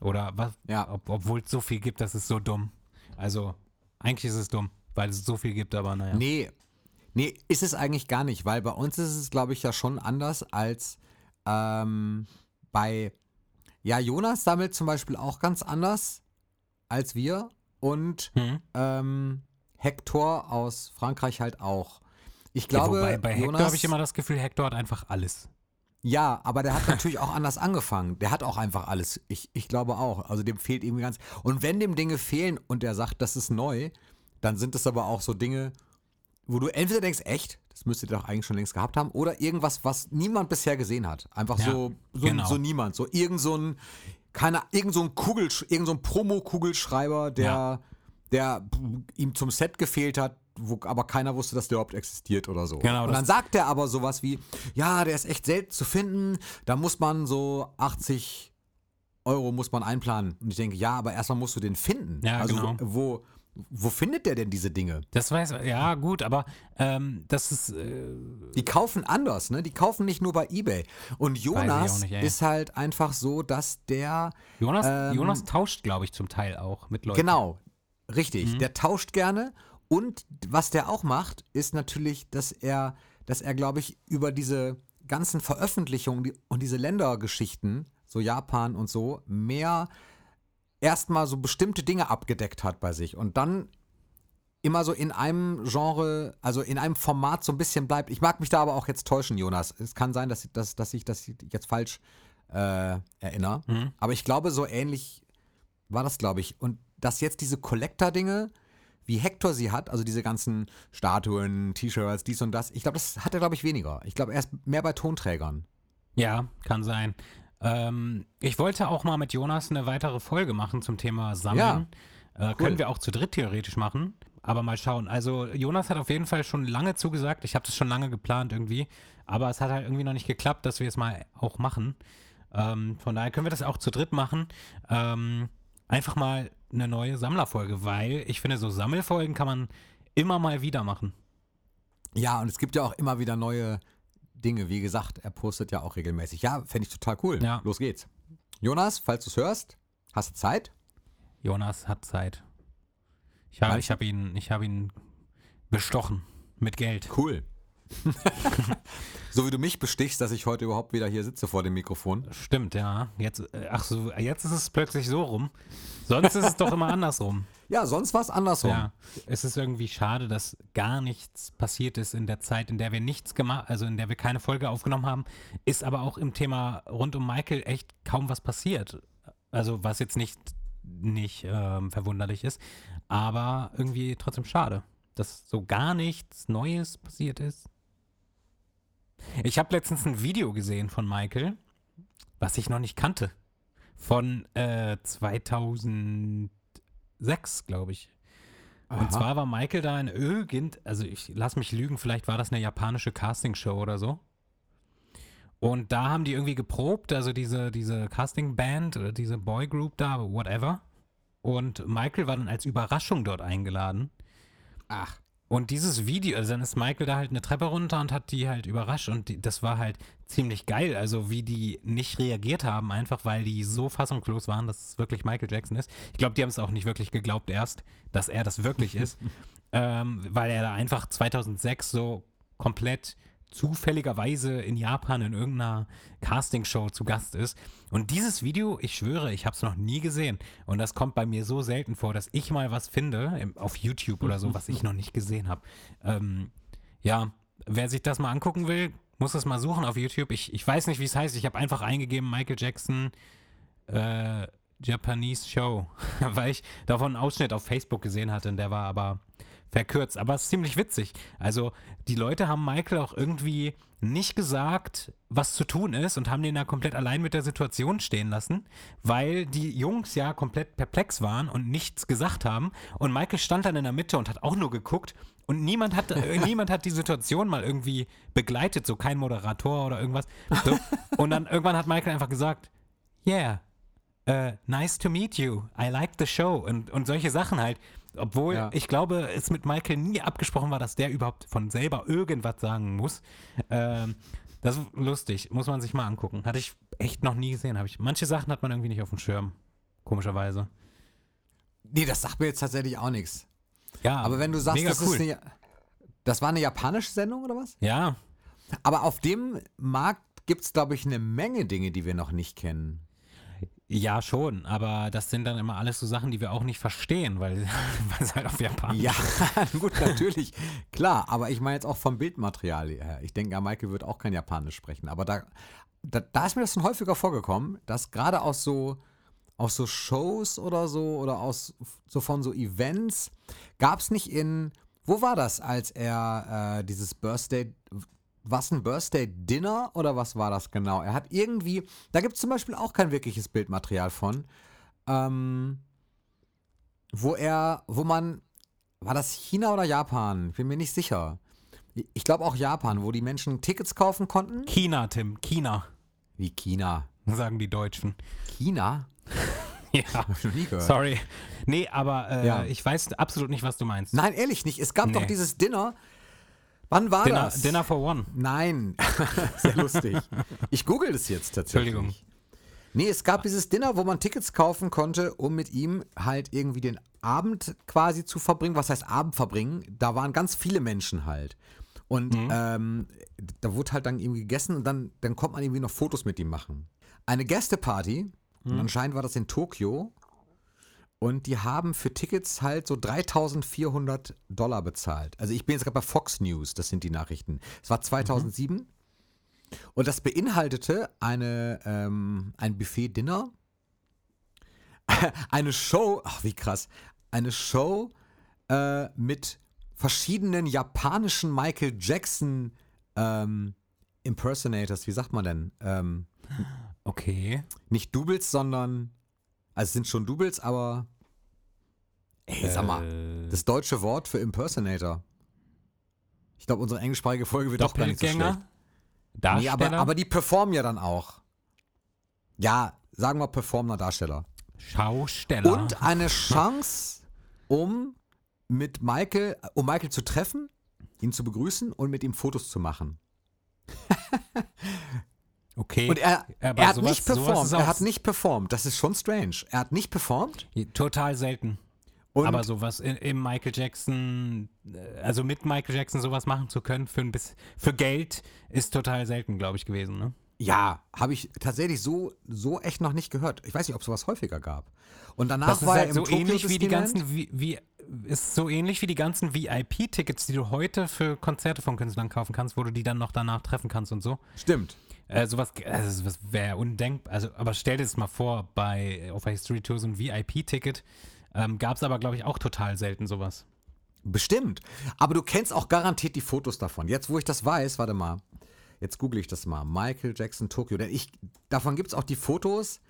Speaker 3: Oder was,
Speaker 2: Ja.
Speaker 3: ob, obwohl es so viel gibt, das ist so dumm. Also, eigentlich ist es dumm, weil es so viel gibt, aber naja.
Speaker 2: Nee, nee, ist es eigentlich gar nicht, weil bei uns ist es, glaube ich, ja schon anders als ähm, bei, ja, Jonas sammelt zum Beispiel auch ganz anders als wir und
Speaker 3: Hm?
Speaker 2: ähm, Hector aus Frankreich halt auch. Ich
Speaker 3: Ja,
Speaker 2: glaube,
Speaker 3: Wobei, bei Hector
Speaker 2: Jonas,
Speaker 3: habe ich immer das Gefühl, Hector hat einfach alles.
Speaker 2: Ja, aber der hat natürlich auch anders angefangen. Der hat auch einfach alles. Ich, ich glaube auch. Also dem fehlt ihm ganz. Und wenn dem Dinge fehlen und er sagt, das ist neu, dann sind es aber auch so Dinge, wo du entweder denkst, echt, das müsstet ihr doch eigentlich schon längst gehabt haben, oder irgendwas, was niemand bisher gesehen hat. Einfach
Speaker 3: Ja,
Speaker 2: so, so,
Speaker 3: genau.
Speaker 2: so niemand. So irgend so ein, keine, irgend so ein Kugel, irgend so ein Promo-Kugelschreiber, der der ihm zum Set gefehlt hat, wo aber keiner wusste, dass der überhaupt existiert oder so.
Speaker 3: Genau,
Speaker 2: und dann
Speaker 3: das-
Speaker 2: sagt er aber sowas wie, ja, der ist echt selten zu finden, da muss man so 80 Euro muss man einplanen. Und ich denke, ja, aber erstmal musst du den finden.
Speaker 3: Ja,
Speaker 2: also
Speaker 3: genau.
Speaker 2: wo, wo findet der denn diese Dinge?
Speaker 3: Das weiß ja gut, aber ähm, das ist äh,
Speaker 2: Die kaufen anders, ne? Die kaufen nicht nur bei Ebay. Und
Speaker 3: auch
Speaker 2: Jonas
Speaker 3: nicht, ey.
Speaker 2: ist halt einfach so, dass der
Speaker 3: Jonas.
Speaker 2: Ähm,
Speaker 3: Jonas tauscht, glaube ich, zum Teil auch mit Leuten.
Speaker 2: Genau, richtig. Der tauscht gerne. Und was der auch macht, ist natürlich, dass er, dass er, glaube ich, über diese ganzen Veröffentlichungen die- und diese Ländergeschichten, so Japan und so, mehr erstmal so bestimmte Dinge abgedeckt hat bei sich und dann immer so in einem Genre, also in einem Format so ein bisschen bleibt. Ich mag mich da aber auch jetzt täuschen, Jonas. Es kann sein, dass, dass, dass ich das jetzt falsch äh, erinnere. Aber ich glaube, so ähnlich war das, glaube ich. Und dass jetzt diese Collector-Dinge, wie Hector sie hat, also diese ganzen Statuen, T-Shirts, dies und das, ich glaube, das hat er, glaube ich, weniger. Ich glaube, er ist mehr bei Tonträgern.
Speaker 3: Ja, kann sein. Ähm, ich wollte auch mal mit Jonas eine weitere Folge machen zum Thema Sammeln. äh, Können wir auch zu dritt theoretisch machen, aber mal schauen. Also Jonas hat auf jeden Fall schon lange zugesagt. Ich habe das schon lange geplant irgendwie, aber es hat halt irgendwie noch nicht geklappt, dass wir es mal auch machen. Ähm, von daher können wir das auch zu dritt machen. Ähm, einfach mal eine neue Sammlerfolge, weil ich finde, so Sammelfolgen kann man immer mal wieder machen.
Speaker 2: Ja, und es gibt ja auch immer wieder neue Dinge. Wie gesagt, er postet ja auch regelmäßig. Ja, fände ich total cool.
Speaker 3: Ja.
Speaker 2: Los geht's. Jonas, falls du es hörst, hast du Zeit?
Speaker 3: Jonas hat Zeit. Ich habe,
Speaker 2: Meinst
Speaker 3: ich habe ihn, ich habe ihn bestochen mit Geld.
Speaker 2: Cool. so wie du mich bestichst, dass ich heute überhaupt wieder hier sitze vor dem Mikrofon.
Speaker 3: Stimmt, ja. Jetzt, äh, ach so, jetzt ist es plötzlich so rum. Sonst ist es doch immer andersrum.
Speaker 2: Ja, sonst war es andersrum.
Speaker 3: Ja. Es ist irgendwie schade, dass gar nichts passiert ist in der Zeit, in der wir nichts gemacht, also in der wir keine Folge aufgenommen haben, ist aber auch im Thema rund um Michael echt kaum was passiert. Also was jetzt nicht nicht ähm, verwunderlich ist, aber irgendwie trotzdem schade, dass so gar nichts Neues passiert ist. Ich habe letztens ein Video gesehen von Michael, was ich noch nicht kannte, von äh, 2006, glaube ich. Und zwar war Michael da in irgend, also ich lass mich lügen, vielleicht war das eine japanische Castingshow oder so. Und da haben die irgendwie geprobt, also diese, diese Castingband oder diese Boygroup da, whatever. Und Michael war dann als Überraschung dort eingeladen.
Speaker 2: Ach,
Speaker 3: Und dieses Video, also dann ist Michael da halt eine Treppe runter und hat die halt überrascht und die, das war halt ziemlich geil, also wie die nicht reagiert haben, einfach weil die so fassungslos waren, dass es wirklich Michael Jackson ist. Ich glaube, die haben es auch nicht wirklich geglaubt erst, dass er das wirklich ist, ähm, weil er da einfach 2006 so komplett zufälligerweise in Japan in irgendeiner Castingshow zu Gast ist. Und dieses Video, ich schwöre, ich habe es noch nie gesehen. Und das kommt bei mir so selten vor, dass ich mal was finde im, auf YouTube oder so, was ich noch nicht gesehen habe. Ähm, ja, wer sich das mal angucken will, muss es mal suchen auf YouTube. Ich, ich weiß nicht, wie es heißt. Ich habe einfach eingegeben Michael Jackson äh, Japanese Show, weil ich davon einen Ausschnitt auf Facebook gesehen hatte und der war aber verkürzt. Aber es ist ziemlich witzig. Also die Leute haben Michael auch irgendwie nicht gesagt, was zu tun ist und haben den da komplett allein mit der Situation stehen lassen, weil die Jungs ja komplett perplex waren und nichts gesagt haben. Und Michael stand dann in der Mitte und hat auch nur geguckt und niemand hat, äh, niemand hat die Situation mal irgendwie begleitet, so kein Moderator oder irgendwas. So. Und dann irgendwann hat Michael einfach gesagt, yeah, äh, nice to meet you, I like the show und, und solche Sachen halt. Obwohl
Speaker 2: Ja.
Speaker 3: ich glaube, es mit Michael nie abgesprochen war, dass der überhaupt von selber irgendwas sagen muss. Ähm, das ist lustig, muss man sich mal angucken. Hatte ich echt noch nie gesehen. Hab ich. Manche Sachen hat man irgendwie nicht auf dem Schirm, komischerweise.
Speaker 2: nee, das sagt mir jetzt tatsächlich auch nichts.
Speaker 3: Ja,
Speaker 2: Aber wenn du sagst,
Speaker 3: mega
Speaker 2: das,
Speaker 3: cool.
Speaker 2: ist eine, das war eine japanische Sendung oder was?
Speaker 3: ja,
Speaker 2: Aber auf dem Markt gibt es, glaube ich, eine Menge Dinge, die wir noch nicht kennen.
Speaker 3: ja schon, aber das sind dann immer alles so Sachen, die wir auch nicht verstehen, weil weil es halt auf Japan.
Speaker 2: Ja, gut, natürlich. Klar, aber ich meine jetzt auch vom Bildmaterial her. Ich denke, Michael wird auch kein Japanisch sprechen. Aber da, da, da ist mir das schon häufiger vorgekommen, dass gerade aus so, aus so Shows oder so oder aus so von so Events gab es nicht in. Wo war das, als er äh, dieses Birthday. Was ein Birthday Dinner oder was war das genau? Er hat irgendwie. Da gibt es zum Beispiel auch kein wirkliches Bildmaterial von. Ähm, wo er, wo man, war das China oder Japan? Ich bin mir nicht sicher. Ich glaube auch Japan, wo die Menschen Tickets kaufen konnten.
Speaker 3: China, Tim, China,
Speaker 2: Wie China.
Speaker 3: sagen die Deutschen.
Speaker 2: China?
Speaker 3: Ja.
Speaker 2: Noch nie gehört.
Speaker 3: Sorry. Nee, aber äh,
Speaker 2: Ja.
Speaker 3: ich weiß absolut nicht, was du meinst.
Speaker 2: Nein, ehrlich nicht. Es gab doch
Speaker 3: Nee.
Speaker 2: dieses Dinner. Wann war
Speaker 3: Dinner,
Speaker 2: das?
Speaker 3: Dinner for One.
Speaker 2: Nein, sehr lustig. Ich google das jetzt tatsächlich.
Speaker 3: Entschuldigung.
Speaker 2: Nee, es gab dieses Dinner, wo man Tickets kaufen konnte, um mit ihm halt irgendwie den Abend quasi zu verbringen. Was heißt Abend verbringen? Da waren ganz viele Menschen halt. Und ähm, da wurde halt dann irgendwie gegessen und dann, dann konnte man irgendwie noch Fotos mit ihm machen. Eine Gästeparty, und anscheinend war das in Tokio, und die haben für Tickets halt so 3400 Dollar bezahlt. Also ich bin jetzt gerade bei Fox News, das sind die Nachrichten. Es war 2007. Und das beinhaltete eine, ähm, ein Buffet-Dinner, eine Show, ach wie krass, eine Show äh, mit verschiedenen japanischen Michael Jackson ähm, Impersonators, wie sagt man denn? Ähm,
Speaker 3: Okay.
Speaker 2: nicht Doubles, sondern, also es sind schon Doubles, aber ey, sag mal,
Speaker 3: Äh,
Speaker 2: das deutsche Wort für Impersonator. Ich glaube, unsere englischsprachige Folge wird auch gar nicht so schlecht.
Speaker 3: Doppelgänger? Darsteller?
Speaker 2: Nee, aber, aber die performen ja dann auch. Ja, sagen wir Performer, Darsteller.
Speaker 3: Schausteller.
Speaker 2: Und eine Chance, um mit Michael, um Michael zu treffen, ihn zu begrüßen und mit ihm Fotos zu machen.
Speaker 3: okay.
Speaker 2: Und er,
Speaker 3: aber
Speaker 2: er hat
Speaker 3: sowas-
Speaker 2: nicht
Speaker 3: sowas
Speaker 2: performt.
Speaker 3: ist
Speaker 2: Er
Speaker 3: auch-
Speaker 2: hat nicht performt. Das ist schon strange. Er hat nicht performt.
Speaker 3: Total selten.
Speaker 2: Und
Speaker 3: aber sowas i- im Michael Jackson, äh, also mit Michael Jackson sowas machen zu können für ein bisschen, für Geld ist total selten, glaube ich, gewesen, ne?
Speaker 2: ja, habe ich tatsächlich so, so echt noch nicht gehört. Ich weiß nicht, ob es sowas häufiger gab. Und danach
Speaker 3: Das ist
Speaker 2: war
Speaker 3: halt
Speaker 2: er im
Speaker 3: so
Speaker 2: Tokyo halt
Speaker 3: ähnlich wie die
Speaker 2: Disneyland.
Speaker 3: ganzen, wie, wie, ist so ähnlich wie die ganzen VIP-Tickets, die du heute für Konzerte von Künstlern kaufen kannst, wo du die dann noch danach treffen kannst und so.
Speaker 2: Stimmt.
Speaker 3: Äh, sowas also, sowas wäre undenkbar. Also, aber stell dir das mal vor, bei auf der History Tour so ein VIP-Ticket ähm, gab es aber, glaube ich, auch total selten sowas.
Speaker 2: Bestimmt. Aber du kennst auch garantiert die Fotos davon. Jetzt, wo ich das weiß, warte mal. Jetzt google ich das mal. Michael Jackson Tokio. Denn ich, davon gibt es auch die Fotos.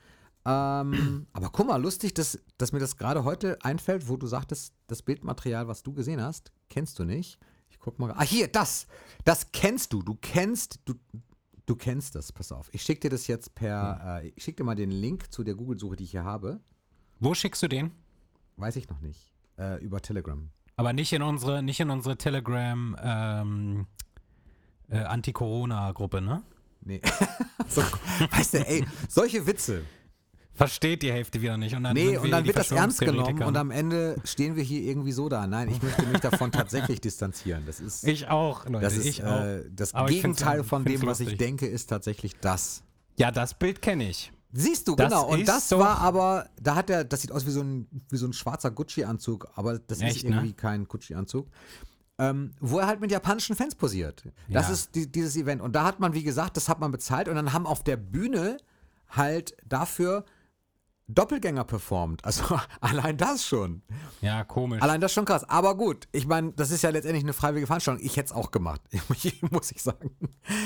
Speaker 2: Ähm, aber guck mal, lustig, dass, dass mir das gerade heute einfällt, wo du sagtest, das Bildmaterial, was du gesehen hast, kennst du nicht. Ich guck mal. Ah, hier, das. Das kennst du. Du kennst, du, du kennst das. Pass auf. Ich schicke dir das jetzt per, äh, ich schicke dir mal den Link zu der Google-Suche, die ich hier habe.
Speaker 3: Wo schickst du den?
Speaker 2: Weiß ich noch nicht. Äh, über Telegram.
Speaker 3: Aber nicht in unsere, nicht in unsere Telegram ähm, äh, Anti-Corona-Gruppe, ne?
Speaker 2: Nee. so, weißt du, ey, solche Witze.
Speaker 3: Versteht die Hälfte wieder nicht. Und dann
Speaker 2: Nee,
Speaker 3: sind
Speaker 2: und
Speaker 3: wir
Speaker 2: dann
Speaker 3: die
Speaker 2: wird das ernst genommen
Speaker 3: Verschwörungstheoretiker.
Speaker 2: und am Ende stehen wir hier irgendwie so da. Nein, ich möchte mich davon tatsächlich distanzieren. Das ist,
Speaker 3: ich auch, Leute.
Speaker 2: das, ist
Speaker 3: ich auch.
Speaker 2: äh, das
Speaker 3: Aber ich find's-
Speaker 2: Gegenteil von
Speaker 3: find's
Speaker 2: dem, was ich
Speaker 3: lustig.
Speaker 2: denke, ist tatsächlich das.
Speaker 3: Ja, das Bild kenne ich.
Speaker 2: Siehst du,
Speaker 3: Das
Speaker 2: genau. Und
Speaker 3: ist
Speaker 2: das
Speaker 3: doch-
Speaker 2: war aber, da hat er, das sieht aus wie so ein, wie so ein schwarzer Gucci-Anzug, aber das ist
Speaker 3: Echt, ne?
Speaker 2: irgendwie kein Gucci-Anzug. Ähm, wo er halt mit japanischen Fans posiert. Das
Speaker 3: Ja.
Speaker 2: ist die, dieses Event. Und da hat man, wie gesagt, das hat man bezahlt und dann haben auf der Bühne halt dafür Doppelgänger performt. Also allein das schon.
Speaker 3: Ja, komisch.
Speaker 2: Allein das schon krass. Aber gut, ich meine, das ist ja letztendlich eine freiwillige Veranstaltung. Ich hätte es auch gemacht, muss ich sagen.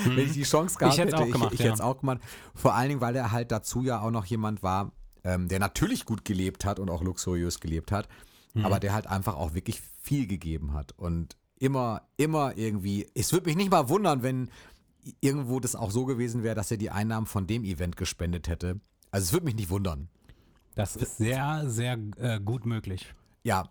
Speaker 2: Wenn ich die Chance gehabt
Speaker 3: Mhm. Ich hätt's
Speaker 2: hätte,
Speaker 3: auch gemacht,
Speaker 2: ich, ich
Speaker 3: ja.
Speaker 2: hätte es auch gemacht. Vor allen Dingen, weil er halt dazu ja auch noch jemand war, ähm, der natürlich gut gelebt hat und auch luxuriös gelebt hat,
Speaker 3: Mhm.
Speaker 2: aber der halt einfach auch wirklich viel gegeben hat. Und immer, immer irgendwie, es würde mich nicht mal wundern, wenn irgendwo das auch so gewesen wäre, dass er die Einnahmen von dem Event gespendet hätte. Also es würde mich nicht wundern.
Speaker 3: das ist sehr, sehr äh, gut möglich.
Speaker 2: Ja.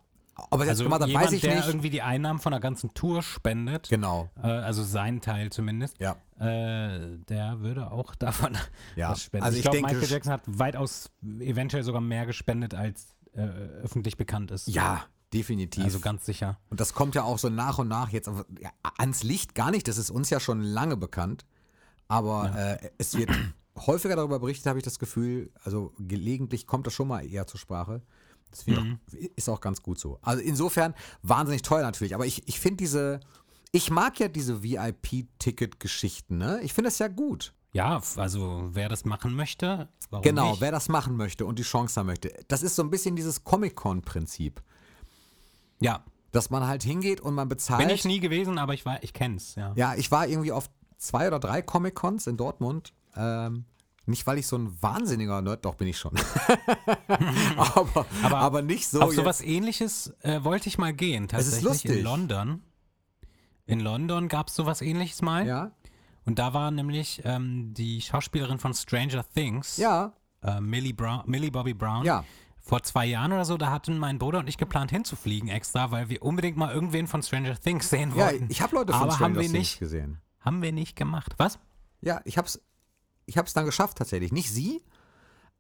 Speaker 2: Aber jetzt
Speaker 3: Also
Speaker 2: gemacht hat,
Speaker 3: jemand,
Speaker 2: weiß ich
Speaker 3: der
Speaker 2: nicht.
Speaker 3: irgendwie die Einnahmen von der ganzen Tour spendet,
Speaker 2: Genau.
Speaker 3: äh, also seinen Teil zumindest,
Speaker 2: Ja.
Speaker 3: äh, der würde auch davon
Speaker 2: Ja,
Speaker 3: was spenden.
Speaker 2: also
Speaker 3: ich
Speaker 2: ich
Speaker 3: glaube,
Speaker 2: denke
Speaker 3: Michael
Speaker 2: sch-
Speaker 3: Jackson hat weitaus eventuell sogar mehr gespendet, als äh, öffentlich bekannt ist.
Speaker 2: Ja, definitiv.
Speaker 3: Also ganz sicher.
Speaker 2: und das kommt ja auch so nach und nach jetzt auf- ja, ans Licht gar nicht. Das ist uns ja schon lange bekannt. Aber äh, es wird häufiger darüber berichtet, habe ich das Gefühl. Also gelegentlich kommt das schon mal eher zur Sprache. Das wird
Speaker 3: Mhm.
Speaker 2: auch, ist auch ganz gut so. Also insofern wahnsinnig teuer natürlich. Aber ich, ich finde diese, ich mag ja diese VIP-Ticket-Geschichten. Ne? Ich finde das ja gut.
Speaker 3: Ja, f- also wer das machen möchte, warum
Speaker 2: Genau,
Speaker 3: nicht?
Speaker 2: wer das machen möchte und die Chance haben möchte. Das ist so ein bisschen dieses Comic-Con-Prinzip.
Speaker 3: ja,
Speaker 2: Dass man halt hingeht und man bezahlt.
Speaker 3: bin ich nie gewesen, aber ich war, ich kenn's, ja.
Speaker 2: Ja, ich war irgendwie auf zwei oder drei Comic-Cons in Dortmund. Ähm, Nicht, weil ich so ein wahnsinniger Nerd, doch bin ich schon. aber, aber,
Speaker 3: Aber
Speaker 2: nicht so.
Speaker 3: Auf
Speaker 2: jetzt-
Speaker 3: sowas ähnliches äh, wollte ich mal gehen,
Speaker 2: ist
Speaker 3: tatsächlich.
Speaker 2: lustig.
Speaker 3: In London. In London gab es sowas ähnliches mal.
Speaker 2: ja,
Speaker 3: Und da war nämlich ähm, die Schauspielerin von Stranger Things,
Speaker 2: ja,
Speaker 3: äh, Millie, Brown, Millie Bobby Brown.
Speaker 2: ja.
Speaker 3: Vor zwei Jahren oder so, da hatten mein Bruder und ich geplant hinzufliegen extra, weil wir unbedingt mal irgendwen von Stranger Things sehen
Speaker 2: Ja,
Speaker 3: wollten.
Speaker 2: ich habe Leute von
Speaker 3: Aber haben
Speaker 2: Stranger
Speaker 3: wir
Speaker 2: Things
Speaker 3: nicht.
Speaker 2: gesehen.
Speaker 3: Haben wir nicht gemacht. Was?
Speaker 2: Ja, ich hab's, ich hab's dann geschafft tatsächlich. Nicht sie,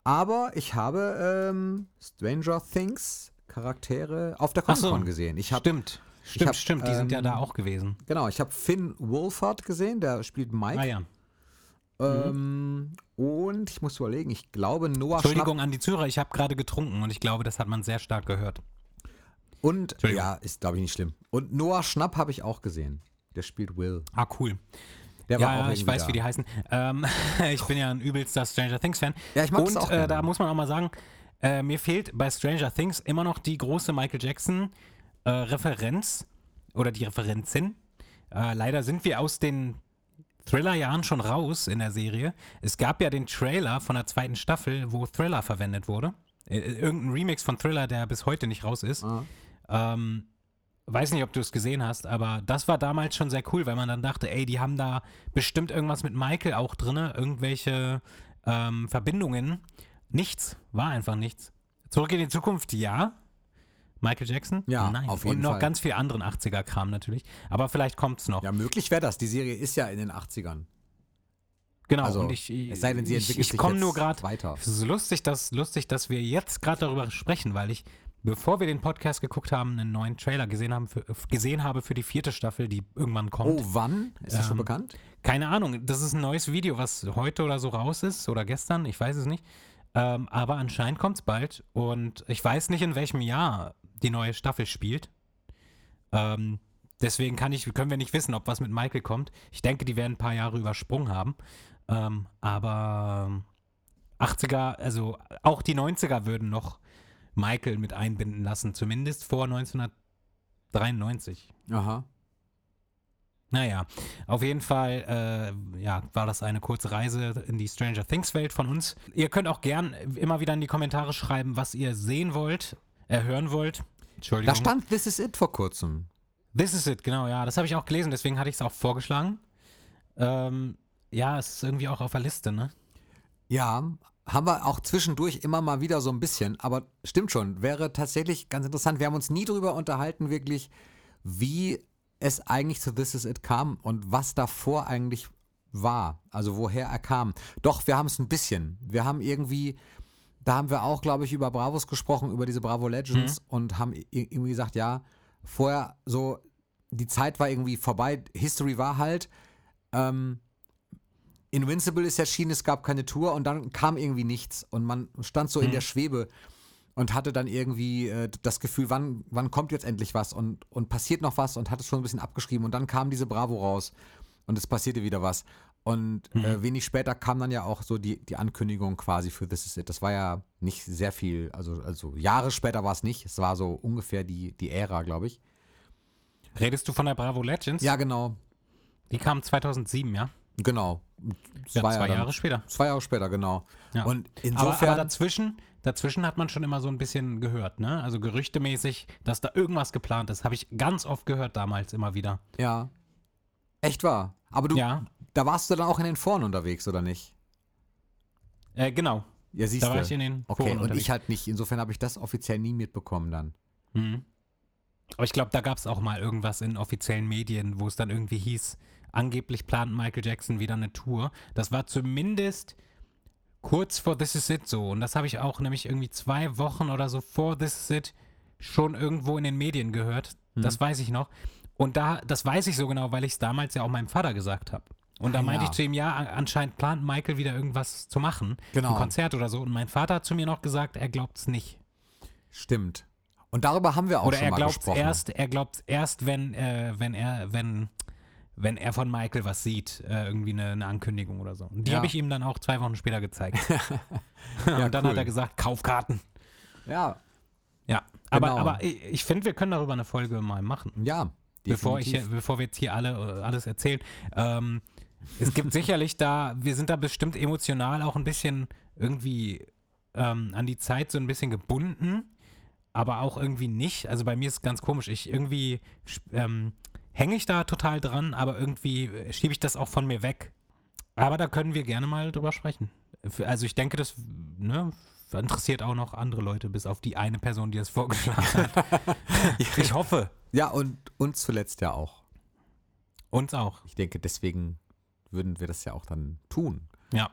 Speaker 2: aber ich habe ähm, Stranger Things Charaktere auf der
Speaker 3: Ach so.
Speaker 2: Comic-Con gesehen. Ich habe
Speaker 3: Stimmt. Stimmt,
Speaker 2: hab,
Speaker 3: stimmt. Die sind ja
Speaker 2: ähm,
Speaker 3: da auch gewesen. Ah
Speaker 2: genau, ich habe Finn Wolfhard gesehen, der spielt Mike.
Speaker 3: Naja.
Speaker 2: Ähm, Und ich muss überlegen, ich glaube Noah Schnapp
Speaker 3: Entschuldigung an die Zürer, ich habe gerade getrunken und ich glaube, das hat man sehr stark gehört.
Speaker 2: und
Speaker 3: Entschuldigung.
Speaker 2: ja, ist glaube ich nicht schlimm. Und Noah Schnapp habe ich auch gesehen. Der spielt Will.
Speaker 3: Ah, cool.
Speaker 2: Der war
Speaker 3: Ja,
Speaker 2: auch
Speaker 3: ja ich
Speaker 2: irgendwie
Speaker 3: weiß,
Speaker 2: da.
Speaker 3: wie die heißen. Ähm, ich bin ja ein übelster Stranger Things-Fan.
Speaker 2: Ja, ich mag
Speaker 3: Und
Speaker 2: das auch
Speaker 3: äh,
Speaker 2: gerne.
Speaker 3: da muss man auch mal sagen, äh, mir fehlt bei Stranger Things immer noch die große Michael Jackson-Referenz oder die Referenzin. Äh, leider sind wir aus den Thriller-Jahren schon raus in der Serie. Es gab ja den Trailer von der zweiten Staffel, wo Thriller verwendet wurde. Äh, Irgendein Remix von Thriller, der bis heute nicht raus ist.
Speaker 2: Ah.
Speaker 3: Ähm, weiß nicht, ob du es gesehen hast, aber das war damals schon sehr cool, weil man dann dachte, ey, die haben da bestimmt irgendwas mit Michael auch drin, irgendwelche ähm, Verbindungen. Nichts, war einfach nichts. Zurück in die Zukunft, ja. Michael Jackson?
Speaker 2: Ja,
Speaker 3: Nein.
Speaker 2: auf jeden
Speaker 3: Und noch
Speaker 2: Fall.
Speaker 3: ganz viel anderen 80er-Kram natürlich. Aber vielleicht kommt es noch.
Speaker 2: Ja, möglich wäre das. Die Serie ist ja in den 80ern.
Speaker 3: Genau,
Speaker 2: Also,
Speaker 3: und ich,
Speaker 2: es sei denn, sie
Speaker 3: ich,
Speaker 2: entwickelt
Speaker 3: ich
Speaker 2: sich
Speaker 3: komme
Speaker 2: jetzt
Speaker 3: nur gerade
Speaker 2: weiter.
Speaker 3: Es ist lustig, dass, lustig, dass wir jetzt gerade darüber sprechen, weil ich, bevor wir den Podcast geguckt haben, einen neuen Trailer gesehen, haben für, gesehen habe für die vierte Staffel, die irgendwann kommt.
Speaker 2: Oh, wann? Ist das schon
Speaker 3: Ähm,
Speaker 2: bekannt?
Speaker 3: Keine Ahnung, das ist ein neues Video, was heute oder so raus ist oder gestern, ich weiß es nicht. Ähm, aber anscheinend kommt es bald und ich weiß nicht, in welchem Jahr die neue Staffel spielt. Ähm, deswegen kann ich, können wir nicht wissen, ob was mit Michael kommt. Ich denke, die werden ein paar Jahre übersprungen haben. Ähm, aber ähm, 80er, also auch die 90er würden noch Michael mit einbinden lassen, zumindest vor 1993.
Speaker 2: Aha.
Speaker 3: Naja, auf jeden Fall äh, ja, war das eine kurze Reise in die Stranger Things Welt von uns. Ihr könnt auch gern immer wieder in die Kommentare schreiben, was ihr sehen wollt, äh, hören wollt. Entschuldigung.
Speaker 2: Da stand This Is It vor kurzem.
Speaker 3: This is it, genau, ja. Das habe ich auch gelesen, deswegen hatte ich es auch vorgeschlagen. Ähm, ja, es ist irgendwie auch auf der Liste, ne?
Speaker 2: Ja, haben wir auch zwischendurch immer mal wieder so ein bisschen, aber stimmt schon, wäre tatsächlich ganz interessant. Wir haben uns nie darüber unterhalten, wirklich, wie es eigentlich zu This Is It kam und was davor eigentlich war, also woher er kam. Doch, wir haben es ein bisschen. Wir haben irgendwie, da haben wir auch, glaube ich, über Bravos gesprochen, über diese Bravo Legends und haben i- irgendwie gesagt, ja, vorher so, die Zeit war irgendwie vorbei, History war halt, ähm, Invincible ist erschienen, es gab keine Tour und dann kam irgendwie nichts und man stand so in
Speaker 3: Mhm.
Speaker 2: der Schwebe und hatte dann irgendwie äh, das Gefühl, wann, wann kommt jetzt endlich was und, und passiert noch was und hat es schon ein bisschen abgeschrieben und dann kam diese Bravo raus und es passierte wieder was. Und
Speaker 3: Mhm.
Speaker 2: äh, wenig später kam dann ja auch so die, die Ankündigung quasi für This Is It. Das war ja nicht sehr viel, also, also Jahre später war es nicht. Es war so ungefähr die, die Ära, glaube ich.
Speaker 3: Redest du von der Bravo Legends?
Speaker 2: Ja, genau.
Speaker 3: Die kam 2007, ja?
Speaker 2: Genau. Es
Speaker 3: Ja,
Speaker 2: war
Speaker 3: zwei
Speaker 2: dann-
Speaker 3: Jahre später.
Speaker 2: Zwei Jahre später, genau.
Speaker 3: Ja.
Speaker 2: Und
Speaker 3: Aber,
Speaker 2: insofern.
Speaker 3: aber dazwischen, dazwischen hat man schon immer so ein bisschen gehört, ne? Also gerüchtemäßig, dass da irgendwas geplant ist. Habe ich ganz oft gehört damals immer wieder.
Speaker 2: Ja. Echt wahr. Aber du,
Speaker 3: Ja.
Speaker 2: da warst du dann auch in den Foren unterwegs, oder nicht?
Speaker 3: Äh, genau.
Speaker 2: Ja, siehst
Speaker 3: Da war
Speaker 2: du.
Speaker 3: ich in den
Speaker 2: okay,
Speaker 3: Foren
Speaker 2: und
Speaker 3: unterwegs.
Speaker 2: ich halt nicht. Insofern habe ich das offiziell nie mitbekommen dann.
Speaker 3: Mhm. Aber ich glaube, da gab es auch mal irgendwas in offiziellen Medien, wo es dann irgendwie hieß, angeblich plant Michael Jackson wieder eine Tour. Das war zumindest kurz vor This Is It so. Und das habe ich auch nämlich irgendwie zwei Wochen oder so vor This Is It schon irgendwo in den Medien gehört.
Speaker 2: Hm.
Speaker 3: Das weiß ich noch. Und da, das weiß ich so genau, weil ich es damals ja auch meinem Vater gesagt habe. Und da
Speaker 2: Ah,
Speaker 3: meinte
Speaker 2: ja.
Speaker 3: ich zu ihm, ja, an- anscheinend plant Michael wieder irgendwas zu machen.
Speaker 2: Genau.
Speaker 3: Ein Konzert oder so. Und mein Vater hat zu mir noch gesagt, er glaubt es nicht.
Speaker 2: Stimmt. Und darüber haben wir auch
Speaker 3: Oder
Speaker 2: schon
Speaker 3: er
Speaker 2: mal
Speaker 3: glaubt
Speaker 2: gesprochen. ne?
Speaker 3: erst, er glaubt erst, wenn, äh, wenn er, wenn, wenn er von Michael was sieht, äh, irgendwie eine, eine Ankündigung oder so. Und die
Speaker 2: Ja.
Speaker 3: habe ich ihm dann auch zwei Wochen später gezeigt. und dann
Speaker 2: cool.
Speaker 3: hat er gesagt, Kaufkarten.
Speaker 2: Ja,
Speaker 3: Ja. Aber,
Speaker 2: Genau.
Speaker 3: aber ich, ich finde, wir können darüber eine Folge mal machen.
Speaker 2: ja.
Speaker 3: Bevor, ich,
Speaker 2: definitiv.
Speaker 3: bevor wir jetzt hier alle äh, alles erzählen. Ähm, Es gibt sicherlich da, wir sind da bestimmt emotional auch ein bisschen irgendwie ähm, an die Zeit so ein bisschen gebunden, aber auch irgendwie nicht. Also bei mir ist es ganz komisch. Ich irgendwie sp- ähm, hänge ich da total dran, aber irgendwie äh, schiebe ich das auch von mir weg. Aber da können wir gerne mal drüber sprechen. F- Also ich denke, das ne, interessiert auch noch andere Leute, bis auf die eine Person, die das vorgeschlagen hat. ich hoffe.
Speaker 2: Ja, und uns zuletzt ja auch.
Speaker 3: Uns auch.
Speaker 2: Ich denke, deswegen würden wir das ja auch dann tun.
Speaker 3: Ja.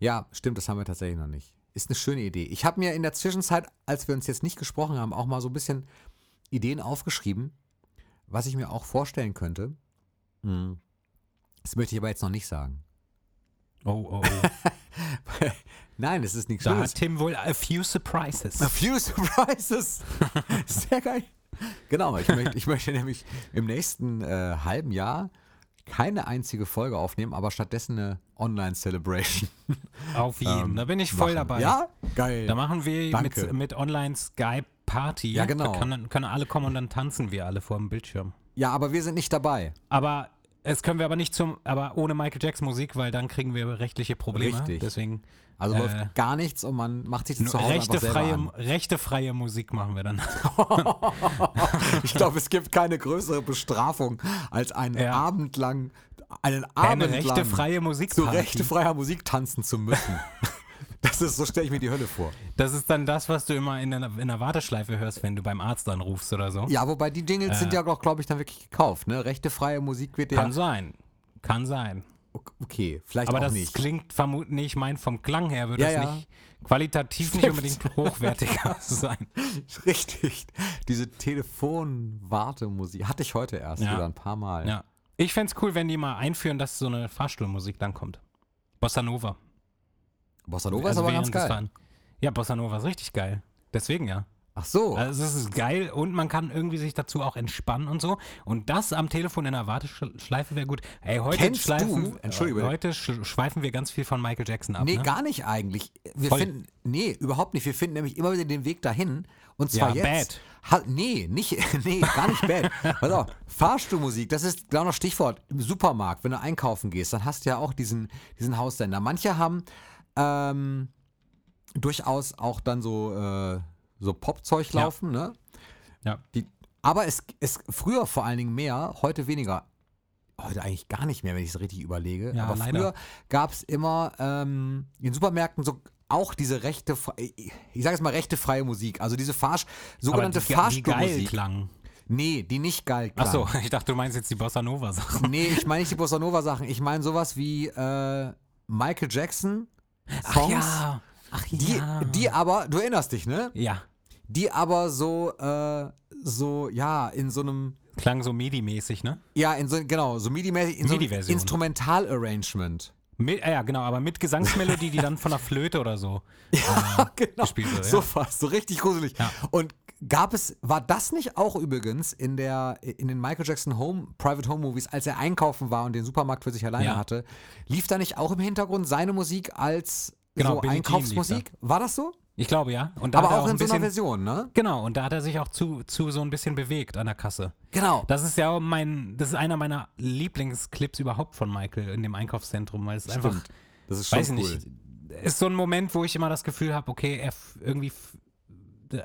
Speaker 2: Ja, stimmt, das haben wir tatsächlich noch nicht. Ist eine schöne Idee. Ich habe mir in der Zwischenzeit, als wir uns jetzt nicht gesprochen haben, auch mal so ein bisschen Ideen aufgeschrieben, was ich mir auch vorstellen könnte. Hm. Das möchte ich aber jetzt noch nicht sagen.
Speaker 3: Oh, oh, oh.
Speaker 2: Nein, es ist nichts
Speaker 3: Da hat
Speaker 2: Schlimmes.
Speaker 3: Tim wohl a few surprises.
Speaker 2: A few surprises. Sehr geil. Genau, ich möchte, ich möchte nämlich im nächsten äh, halben Jahr keine einzige Folge aufnehmen, aber stattdessen eine Online-Celebration.
Speaker 3: Auf jeden. da bin ich voll
Speaker 2: ähm, machen.
Speaker 3: dabei.
Speaker 2: Ja, geil.
Speaker 3: Da machen wir
Speaker 2: Danke.
Speaker 3: mit, mit Online-Skype-Party.
Speaker 2: Ja, genau.
Speaker 3: Da können, können alle kommen und dann tanzen wir alle vor dem Bildschirm.
Speaker 2: Ja, aber wir sind nicht dabei.
Speaker 3: Aber es können wir aber nicht zum, aber ohne Michael Jacks Musik, weil dann kriegen wir rechtliche Probleme.
Speaker 2: Richtig.
Speaker 3: Deswegen
Speaker 2: Also
Speaker 3: Äh,
Speaker 2: läuft gar nichts und man macht sich das zu Hause einfach selber
Speaker 3: rechtefreie,
Speaker 2: an.
Speaker 3: rechtefreie Musik machen wir dann.
Speaker 2: Ich glaube, es gibt keine größere Bestrafung als einen
Speaker 3: Ja.
Speaker 2: Abend lang, einen
Speaker 3: Eine
Speaker 2: Abend lang
Speaker 3: rechtefreie
Speaker 2: zu
Speaker 3: Musikparty.
Speaker 2: rechtefreier Musik tanzen zu müssen. Das ist, so stelle ich mir die Hölle vor.
Speaker 3: das ist dann das, was du immer in der, in der Warteschleife hörst, wenn du beim Arzt anrufst oder so.
Speaker 2: Ja, wobei die Jingles sind ja, glaube ich, dann wirklich gekauft. Ne? Rechtefreie Musik wird ja.
Speaker 3: Äh. Kann sein. Kann sein.
Speaker 2: Okay, vielleicht
Speaker 3: Aber
Speaker 2: auch
Speaker 3: das
Speaker 2: nicht.
Speaker 3: klingt vermutlich, ich meine, vom Klang her würde
Speaker 2: Ja,
Speaker 3: es
Speaker 2: ja.
Speaker 3: nicht qualitativ nicht unbedingt hochwertiger sein.
Speaker 2: Richtig. Diese Telefonwartemusik hatte ich heute erst
Speaker 3: Ja.
Speaker 2: wieder ein paar Mal.
Speaker 3: Ja. Ich fände es cool, wenn die mal einführen, dass so eine Fahrstuhlmusik dann kommt. Bossa Nova. Also
Speaker 2: Bossa Nova ist aber
Speaker 3: während
Speaker 2: ganz
Speaker 3: des
Speaker 2: geil.
Speaker 3: Fahren. Ja, Bossa Nova ist richtig geil. Deswegen ja.
Speaker 2: Ach so.
Speaker 3: Also es ist geil und man kann irgendwie sich dazu auch entspannen und so. Und das am Telefon in der Warteschleife wäre gut. Ey, heute,
Speaker 2: Kennst
Speaker 3: schleifen,
Speaker 2: du- Entschuldige bitte.
Speaker 3: heute sch schweifen wir ganz viel von Michael Jackson ab.
Speaker 2: Nee,
Speaker 3: ne?
Speaker 2: gar nicht eigentlich. Wir
Speaker 3: Voll.
Speaker 2: finden, nee, überhaupt nicht. Wir finden nämlich immer wieder den Weg dahin. Und zwar
Speaker 3: Ja,
Speaker 2: jetzt. Ha, nee, nicht, nee, gar nicht bad. Pass auf, Fahrstuhlmusik, das ist genau das Stichwort. Im Supermarkt, wenn du einkaufen gehst, dann hast du ja auch diesen, diesen Haussender. Manche haben ähm, durchaus auch dann so, äh, so Popzeug
Speaker 3: Ja.
Speaker 2: laufen, ne?
Speaker 3: Ja.
Speaker 2: Die, aber es, es früher vor allen Dingen mehr, heute weniger. Heute eigentlich gar nicht mehr, wenn ich es richtig überlege.
Speaker 3: Ja,
Speaker 2: aber
Speaker 3: leider.
Speaker 2: früher gab es immer ähm, in Supermärkten so auch diese rechte, ich sage jetzt mal rechte freie Musik, also diese Fahrsch
Speaker 3: Aber
Speaker 2: sogenannte
Speaker 3: die, ge- die geil
Speaker 2: Fahrstuhlmusik.
Speaker 3: klang.
Speaker 2: Nee, die nicht geil klang.
Speaker 3: Achso, ich dachte, du meinst jetzt die Bossa Nova Sachen.
Speaker 2: Nee, ich meine nicht die Bossa Nova Sachen. Ich meine sowas wie äh, Michael Jackson Songs.
Speaker 3: Ach
Speaker 2: Die,
Speaker 3: ja.
Speaker 2: die aber, du erinnerst dich, ne?
Speaker 3: ja.
Speaker 2: Die aber so, äh, so, ja, in so einem
Speaker 3: Klang so MIDI-mäßig, ne?
Speaker 2: Ja, in so, genau, so MIDI-mäßig, in so einem
Speaker 3: MIDI-Version.
Speaker 2: Instrumental-Arrangement.
Speaker 3: Mit, ah ja, genau, aber mit Gesangsmelodie, die dann von der Flöte oder so. Ähm,
Speaker 2: genau.
Speaker 3: gespielt wurde,
Speaker 2: So
Speaker 3: ja.
Speaker 2: fast, so richtig gruselig.
Speaker 3: Ja.
Speaker 2: Und gab es, war das nicht auch übrigens in der, in den Michael Jackson Home, Private Home Movies, als er einkaufen war und den Supermarkt für sich alleine
Speaker 3: Ja.
Speaker 2: hatte, lief da nicht auch im Hintergrund seine Musik als
Speaker 3: Genau,
Speaker 2: so
Speaker 3: Billie Jean lief
Speaker 2: Einkaufsmusik? War das so?
Speaker 3: Ich glaube, ja. Und da
Speaker 2: Aber
Speaker 3: hat er
Speaker 2: auch in
Speaker 3: ein
Speaker 2: so einer
Speaker 3: bisschen,
Speaker 2: Version, ne?
Speaker 3: Genau, und da hat er sich auch zu, zu so ein bisschen bewegt an der Kasse.
Speaker 2: Genau.
Speaker 3: Das ist ja mein, das ist einer meiner Lieblingsclips überhaupt von Michael in dem Einkaufszentrum, weil es einfach,
Speaker 2: Stimmt. Das ist schon
Speaker 3: weiß ich
Speaker 2: cool.
Speaker 3: nicht, ist so ein Moment, wo ich immer das Gefühl habe, okay, er f- irgendwie f-